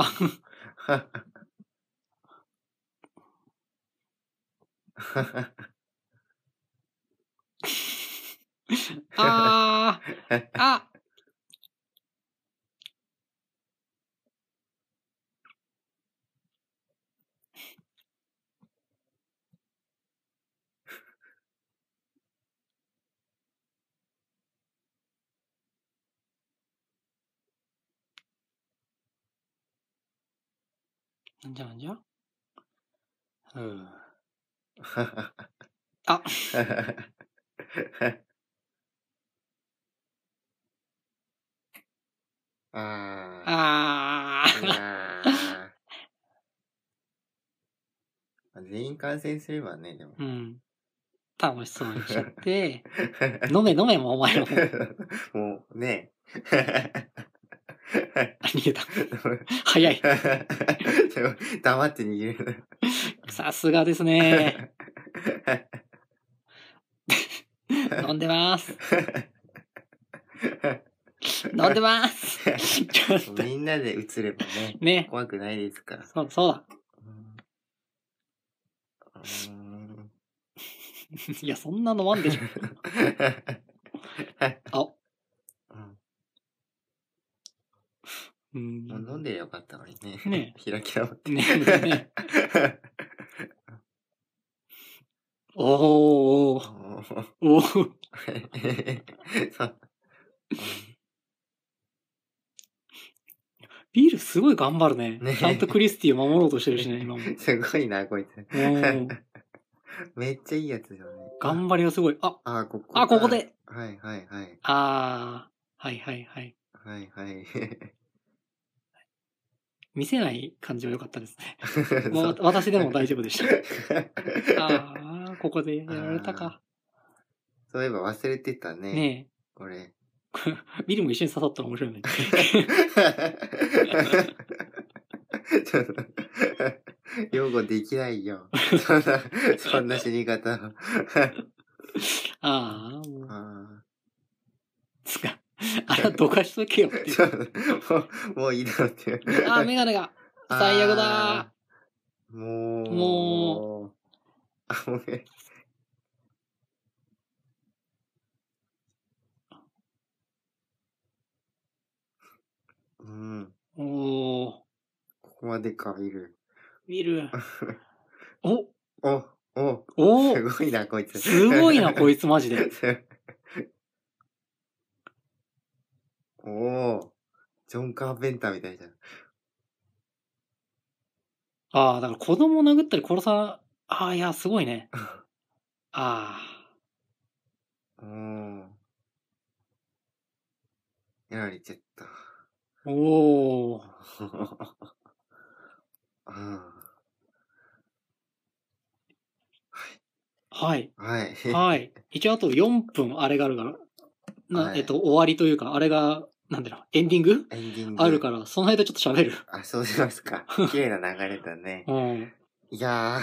[SPEAKER 2] あー、あー、あ、なんじゃなんじゃうん。あ、
[SPEAKER 1] あ
[SPEAKER 2] あ
[SPEAKER 1] ーい
[SPEAKER 2] ー、
[SPEAKER 1] やー全員感染すればね、でも。 <laughs>
[SPEAKER 2] うん。楽しそうにしちゃって、飲め飲めもうお前らも。
[SPEAKER 1] もうね。
[SPEAKER 2] あ逃げ <laughs> た。早い。
[SPEAKER 1] でも <laughs> 黙って逃げ
[SPEAKER 2] <laughs>
[SPEAKER 1] る。
[SPEAKER 2] さすがですね。 <laughs> 飲んでます。飲んでます。 <laughs> ちょっと。
[SPEAKER 1] みんなで映ればね、
[SPEAKER 2] ね。
[SPEAKER 1] 怖くないですから。
[SPEAKER 2] そう、そうだ。
[SPEAKER 1] うんうーん
[SPEAKER 2] いや、そんな飲まんでしょ。あ、
[SPEAKER 1] うん
[SPEAKER 2] うん。
[SPEAKER 1] もう飲んでりゃよかったのにね。
[SPEAKER 2] ね
[SPEAKER 1] 開き直って。
[SPEAKER 2] ねね <laughs> おー、
[SPEAKER 1] もう
[SPEAKER 2] お
[SPEAKER 1] <laughs>
[SPEAKER 2] ー。
[SPEAKER 1] そう
[SPEAKER 2] ビールすごい頑張るね。
[SPEAKER 1] ね
[SPEAKER 2] ちゃんとクリスティを守ろうとしてるしね、 <laughs> 今も。
[SPEAKER 1] すごいな、こいつ。
[SPEAKER 2] うん。
[SPEAKER 1] めっちゃいいやつだね。
[SPEAKER 2] 頑張りがすごい。あ、
[SPEAKER 1] あ、ここか
[SPEAKER 2] あ、ここ。で。
[SPEAKER 1] はいはいはい。
[SPEAKER 2] あー、はいはいはい。
[SPEAKER 1] はいはい。
[SPEAKER 2] 見せない感じは良かったですね。
[SPEAKER 1] そ
[SPEAKER 2] わ
[SPEAKER 1] う
[SPEAKER 2] 私でも大丈夫でした。
[SPEAKER 1] <laughs>
[SPEAKER 2] あー、ここでやられたか。
[SPEAKER 1] そういえば忘れてたね。
[SPEAKER 2] ね
[SPEAKER 1] これ。
[SPEAKER 2] え。ビールも一緒に誘ったら面白いね。
[SPEAKER 1] <laughs> ちょっと擁護できないよ。そんな、そんな死に方。
[SPEAKER 2] <laughs> あー、もう。
[SPEAKER 1] あ
[SPEAKER 2] つか、あれはどかしとけよって
[SPEAKER 1] ー
[SPEAKER 2] い
[SPEAKER 1] ちょ
[SPEAKER 2] う。
[SPEAKER 1] っともう、もういいだろうっていう。
[SPEAKER 2] あー、メガネが最悪だ
[SPEAKER 1] ーもう。
[SPEAKER 2] も
[SPEAKER 1] う。あ、ごめん。うん。
[SPEAKER 2] ーおー、
[SPEAKER 1] ここまでか、いる。
[SPEAKER 2] 見る。お、
[SPEAKER 1] お、お、
[SPEAKER 2] お
[SPEAKER 1] す
[SPEAKER 2] ー
[SPEAKER 1] ごいな、こいつ。
[SPEAKER 2] すごいな、こ
[SPEAKER 1] い
[SPEAKER 2] いつマジで。
[SPEAKER 1] つ。 <laughs> おお、ジョン・カーペンターみたいじゃん。 <laughs>
[SPEAKER 2] ああ、だから子供を殴ったり殺さ、ああ、いや、すごいね。あ
[SPEAKER 1] おお。やられちゃった。 <laughs>
[SPEAKER 2] あ、おー、
[SPEAKER 1] うん
[SPEAKER 2] はい、
[SPEAKER 1] はい。
[SPEAKER 2] はい。一応あと4分あれがあるから、な、
[SPEAKER 1] はい
[SPEAKER 2] えっと、終わりというか、あれが、なんだろうの、エンディング
[SPEAKER 1] エンディング。
[SPEAKER 2] あるから、その間ちょっと喋る。
[SPEAKER 1] ら。あ、そうします
[SPEAKER 2] <laughs>
[SPEAKER 1] か。綺麗な流れだね
[SPEAKER 2] う。ん。
[SPEAKER 1] いやー、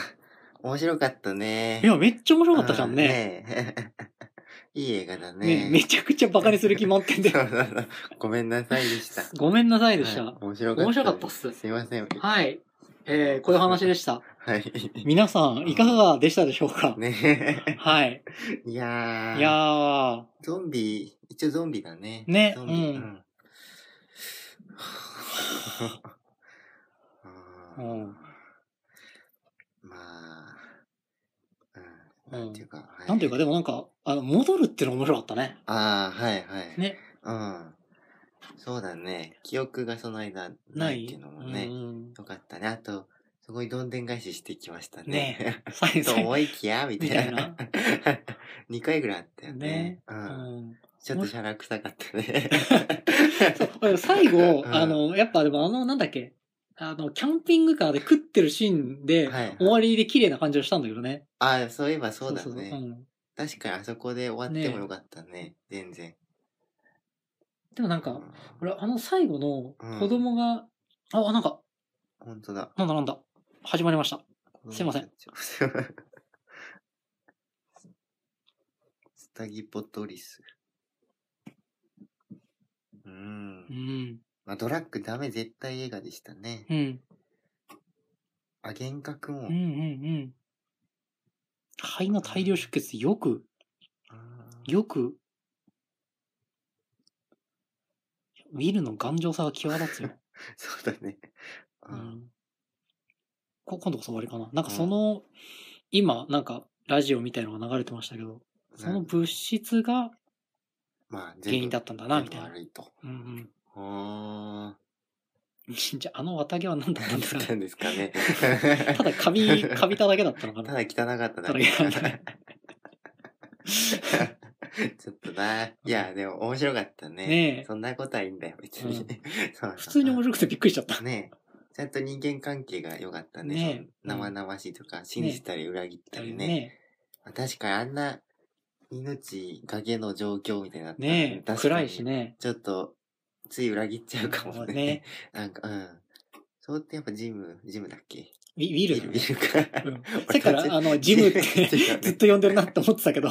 [SPEAKER 1] 面白かったね。
[SPEAKER 2] いや、めっちゃ面白かったじゃんね。
[SPEAKER 1] うん。ね <laughs> いい映画だ
[SPEAKER 2] ね
[SPEAKER 1] ね。
[SPEAKER 2] めちゃくちゃバカにする気満点
[SPEAKER 1] <laughs> そ
[SPEAKER 2] で
[SPEAKER 1] う。そうそうごめんなさいでした。
[SPEAKER 2] ごめん <laughs> なさいでした。
[SPEAKER 1] はい面白かった。
[SPEAKER 2] 面白かったっす
[SPEAKER 1] すいません。
[SPEAKER 2] はい。えー、こういう話でした。
[SPEAKER 1] はい。
[SPEAKER 2] 皆さん、いかがでしたでしょうか、
[SPEAKER 1] ね
[SPEAKER 2] はい。
[SPEAKER 1] いやー。
[SPEAKER 2] いやー、
[SPEAKER 1] ゾンビ、一応ゾンビだね。
[SPEAKER 2] ね
[SPEAKER 1] ゾンビ
[SPEAKER 2] う
[SPEAKER 1] う
[SPEAKER 2] ん
[SPEAKER 1] ん <laughs>
[SPEAKER 2] う
[SPEAKER 1] うん
[SPEAKER 2] ん。
[SPEAKER 1] まあ、うん。な
[SPEAKER 2] うん
[SPEAKER 1] んていうか。は
[SPEAKER 2] なんていうか、でもなんか、あの、戻るっていうの面白かったね。
[SPEAKER 1] ああ、はいはい。
[SPEAKER 2] ね。
[SPEAKER 1] うん。そうだね。記憶がその間な
[SPEAKER 2] ないい
[SPEAKER 1] っていうのもね。
[SPEAKER 2] うん
[SPEAKER 1] よかったね。あと、すごいどんでん返ししてきましたね。
[SPEAKER 2] ね最
[SPEAKER 1] と
[SPEAKER 2] 後。
[SPEAKER 1] 思いきや、みたい <laughs> な。2回ぐらいあったよね。
[SPEAKER 2] ね
[SPEAKER 1] う。
[SPEAKER 2] うんん
[SPEAKER 1] ちょっとシャラ臭かった
[SPEAKER 2] <laughs>
[SPEAKER 1] ね。
[SPEAKER 2] そう俺最
[SPEAKER 1] う
[SPEAKER 2] 後、
[SPEAKER 1] ん
[SPEAKER 2] あの、やっぱでもあの、なんだっけ、あの、キャンピングカーで食ってるシーンで、
[SPEAKER 1] はい
[SPEAKER 2] 終わりで綺麗な感じがしたんだけどね。
[SPEAKER 1] あ、そういえばそうだ
[SPEAKER 2] そうそうう
[SPEAKER 1] ね。
[SPEAKER 2] ん
[SPEAKER 1] 確かにあそこで終わっても
[SPEAKER 2] ね
[SPEAKER 1] よかったね。全然。
[SPEAKER 2] でもなん
[SPEAKER 1] う
[SPEAKER 2] か、
[SPEAKER 1] ん
[SPEAKER 2] 俺、あの最後
[SPEAKER 1] うん
[SPEAKER 2] の子供が、あ、なんか、
[SPEAKER 1] 本当だ。
[SPEAKER 2] なんだなんだ、始まりました。すいません。
[SPEAKER 1] <laughs> スタギポトリス。うーん
[SPEAKER 2] う。ん。
[SPEAKER 1] まあ、ドラッグダメ絶対映画でしたね。
[SPEAKER 2] うん。
[SPEAKER 1] あ、幻覚も。
[SPEAKER 2] うんうんうん。肺の大量出血ってよく、
[SPEAKER 1] あー
[SPEAKER 2] よく、ウィルの頑丈さが際立つよ。
[SPEAKER 1] そうだね。
[SPEAKER 2] う
[SPEAKER 1] あ
[SPEAKER 2] んこ今度こそ終わりかな。なんかその、今、なんかラジオみたいのが流れてましたけど、
[SPEAKER 1] ー
[SPEAKER 2] その物質が
[SPEAKER 1] まあ、
[SPEAKER 2] 原因だ
[SPEAKER 1] っ
[SPEAKER 2] ったんだ
[SPEAKER 1] た
[SPEAKER 2] な、みたいな。
[SPEAKER 1] 悪いと。
[SPEAKER 2] うん
[SPEAKER 1] あ
[SPEAKER 2] うん。 <laughs> じゃあ、あの綿毛は何だ
[SPEAKER 1] あ。
[SPEAKER 2] った
[SPEAKER 1] なんん <laughs>
[SPEAKER 2] ですか
[SPEAKER 1] だった
[SPEAKER 2] ね。
[SPEAKER 1] んですかね。
[SPEAKER 2] ただ、カビ、カビただけだった
[SPEAKER 1] <laughs>
[SPEAKER 2] のか
[SPEAKER 1] た
[SPEAKER 2] な。
[SPEAKER 1] だ汚かっただけ。
[SPEAKER 2] ただ汚かっ
[SPEAKER 1] <laughs> ちょっとな。いや、でも面白かったね。
[SPEAKER 2] ねえ
[SPEAKER 1] そんなことはいいんだよ、別に。
[SPEAKER 2] うん
[SPEAKER 1] <laughs> そうそう
[SPEAKER 2] 普通に面白くてびっくりしちゃった。
[SPEAKER 1] ねえ。ちゃんと人間関係が良かったね。
[SPEAKER 2] ねえ
[SPEAKER 1] その生々しいとか、信じたり裏切ったりね。
[SPEAKER 2] ね
[SPEAKER 1] まあ確かにあんな命がけの状況みたいになったら
[SPEAKER 2] ね
[SPEAKER 1] 確かに
[SPEAKER 2] 暗いしね。
[SPEAKER 1] ちょっと、つい裏切っちゃうかもね。
[SPEAKER 2] ね
[SPEAKER 1] <laughs> なんか、うん。そうってやっぱジム、ジムだっけ
[SPEAKER 2] ウィウィルだ
[SPEAKER 1] ビ
[SPEAKER 2] ね
[SPEAKER 1] ルビルか。
[SPEAKER 2] うん
[SPEAKER 1] <laughs>
[SPEAKER 2] さっきから、あの、ジムって
[SPEAKER 1] 違うね
[SPEAKER 2] ずっと呼んでるなって思ってたけど。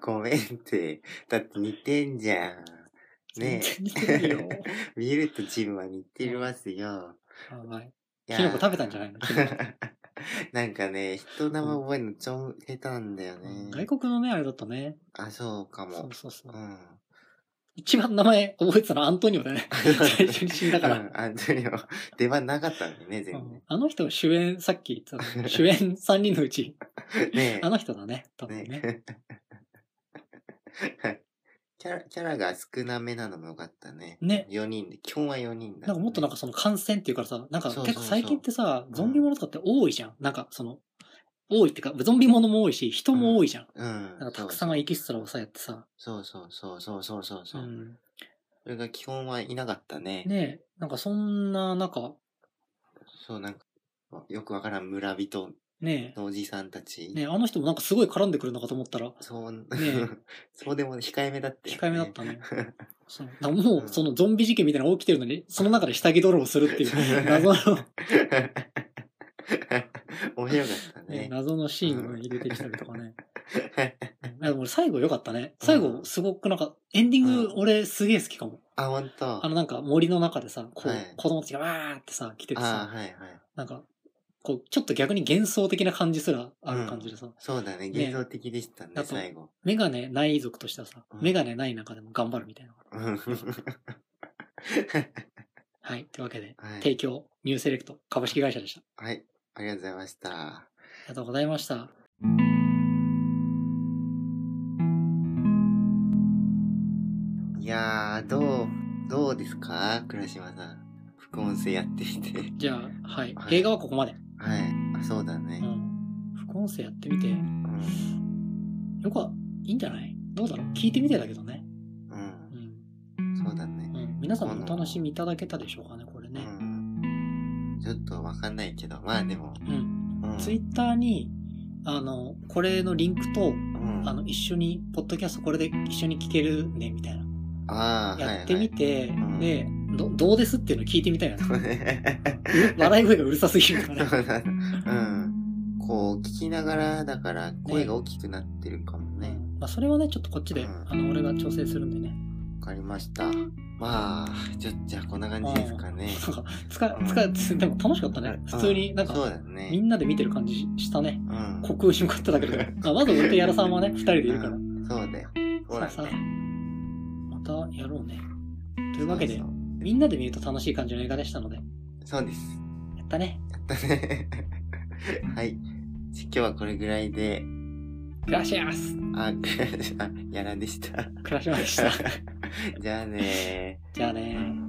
[SPEAKER 1] ごめんって。だって似てんじゃん。ね
[SPEAKER 2] 全然いいよ。
[SPEAKER 1] え。ビルとジムは似てますよ。
[SPEAKER 2] やばい
[SPEAKER 1] いや
[SPEAKER 2] キノコ食べたんじゃないのキノコ
[SPEAKER 1] なんかね、人名前覚えるの超下手なんだよね。
[SPEAKER 2] 外国のね、あれだったね。
[SPEAKER 1] あ、そうか
[SPEAKER 2] そ
[SPEAKER 1] も
[SPEAKER 2] う。そうそう
[SPEAKER 1] う。ん。
[SPEAKER 2] 一番名前覚えてたのはアントニオだ
[SPEAKER 1] <laughs>
[SPEAKER 2] ね。最初に死んだから。
[SPEAKER 1] うん、アントニオ、出番なかったんだよね、
[SPEAKER 2] う
[SPEAKER 1] 全
[SPEAKER 2] んあの人主演、さっき言ってたの主演3人のうち、
[SPEAKER 1] 然。ね
[SPEAKER 2] あの人だね、多
[SPEAKER 1] え。
[SPEAKER 2] 分ね。
[SPEAKER 1] <laughs> ねえ。キャラ、キャラが少なめなのもよかったね。
[SPEAKER 2] ね。
[SPEAKER 1] 4人で、基本は4人だ、
[SPEAKER 2] なんかもっとなんかその感染っていうからさ、なんか
[SPEAKER 1] そうそうそう
[SPEAKER 2] 結構最近ってさ、ゾンビものとかって多いじゃん。なんかその、多いっていうか、ゾンビものも多いし、人も多いじゃん。
[SPEAKER 1] うん。
[SPEAKER 2] なんかたくさんがエキストラをさ、やってさ。
[SPEAKER 1] そうそうそうそうそうそうそうう。
[SPEAKER 2] ん。
[SPEAKER 1] それが基本はいなかったね。
[SPEAKER 2] ねえ、なんかそんな中、
[SPEAKER 1] そう、なんか、よくわからん村人
[SPEAKER 2] ね
[SPEAKER 1] のおじさんたち。
[SPEAKER 2] え、ねえあの人もなんかすごい絡んでくるのかと思ったら、
[SPEAKER 1] そう、
[SPEAKER 2] え
[SPEAKER 1] <laughs> そうでも控えめだったよね
[SPEAKER 2] 控えめだったね。そうなんかもうそのゾンビ事件みたいなのが起きてるのに、その中で下着泥をするって
[SPEAKER 1] <laughs>
[SPEAKER 2] いう謎の、
[SPEAKER 1] <laughs> 面白かった
[SPEAKER 2] ね
[SPEAKER 1] ね。
[SPEAKER 2] 謎のシーンを入れてきたりとかね。うんでも俺最後良かったね。最後すごくなんか、エンディン
[SPEAKER 1] う
[SPEAKER 2] グ
[SPEAKER 1] ん
[SPEAKER 2] 俺すげえ好きかも。
[SPEAKER 1] あ、ほんと。
[SPEAKER 2] あのなんか森の中でさ、こう
[SPEAKER 1] はい
[SPEAKER 2] 子供たちがわーってさ、来てて
[SPEAKER 1] あ
[SPEAKER 2] さ、
[SPEAKER 1] はいはい。
[SPEAKER 2] なんか、こうちょっと逆に幻想的な感じすらある感じでさ、
[SPEAKER 1] そうだね、
[SPEAKER 2] ね
[SPEAKER 1] 幻想的でしたね、
[SPEAKER 2] あと
[SPEAKER 1] 最後。
[SPEAKER 2] メガネない族としてはさ
[SPEAKER 1] う、ん
[SPEAKER 2] メガネない中でも頑張るみたいな。
[SPEAKER 1] うん
[SPEAKER 2] はい。というわけで、
[SPEAKER 1] はい
[SPEAKER 2] 提供、ニューセレクト、株式会社でした。
[SPEAKER 1] はい、ありがとうございました。
[SPEAKER 2] ありがとうございました。
[SPEAKER 1] いやー、どう、どうですか倉島さん。副音声やってみて。
[SPEAKER 2] じゃあ、はい。
[SPEAKER 1] はい
[SPEAKER 2] 映画はここまで。
[SPEAKER 1] はい、あ、そうだね
[SPEAKER 2] う。ん。副音声やってみて、
[SPEAKER 1] うん。
[SPEAKER 2] よくは、いいんじゃないどうだろう聞いてみてだけどね。
[SPEAKER 1] う。
[SPEAKER 2] うんん。
[SPEAKER 1] そうだね。
[SPEAKER 2] うん、皆さんもお楽しみいただけたでしょうかね、これ
[SPEAKER 1] う
[SPEAKER 2] ね。
[SPEAKER 1] ん。ちょっとわかんないけど、まあでも。
[SPEAKER 2] うん。
[SPEAKER 1] うん
[SPEAKER 2] ツイッターに、あの、これのリンクと、
[SPEAKER 1] うん
[SPEAKER 2] あの、一緒に、ポッドキャストこれで一緒に聞けるね、みたいな。
[SPEAKER 1] あーはいはい
[SPEAKER 2] やってみて、
[SPEAKER 1] ん
[SPEAKER 2] で、ど、どうですっていうのを聞いてみたいな。
[SPEAKER 1] <laughs> そう
[SPEAKER 2] う笑い声がうるさすぎ
[SPEAKER 1] <laughs>
[SPEAKER 2] るからね。
[SPEAKER 1] だねうん。こう、聞きながら、だから、声が大きくなってるかもね。
[SPEAKER 2] まあ、それはね、ちょっとこっちで、
[SPEAKER 1] うん
[SPEAKER 2] あの、俺が調整するんでね。
[SPEAKER 1] わかりました。まあ、ちょっとじゃあこんな感じですかね。
[SPEAKER 2] そうか、使い、使い、つでも楽しかったね。普通になん
[SPEAKER 1] そう
[SPEAKER 2] か、
[SPEAKER 1] だね。
[SPEAKER 2] みんなで見てる感じしたね。
[SPEAKER 1] うん。
[SPEAKER 2] 虚空に向かっただ
[SPEAKER 1] <laughs>
[SPEAKER 2] けで。まあ、まず俺と矢田さんはね、二人でいるから
[SPEAKER 1] う。んそうだよ。そうだ
[SPEAKER 2] さあさあ
[SPEAKER 1] ね。
[SPEAKER 2] またやろうね。というわけで、
[SPEAKER 1] そうそう
[SPEAKER 2] みんなで見ると楽しい感じの映画でしたので、や
[SPEAKER 1] そうです。
[SPEAKER 2] ったね。
[SPEAKER 1] やったね。 <laughs> はい。じゃあ今日はこれぐらいで、
[SPEAKER 2] グラシアス
[SPEAKER 1] あ、あやらでした。 <laughs>
[SPEAKER 2] クラシマでした。
[SPEAKER 3] じゃあねー。
[SPEAKER 1] じゃあねー。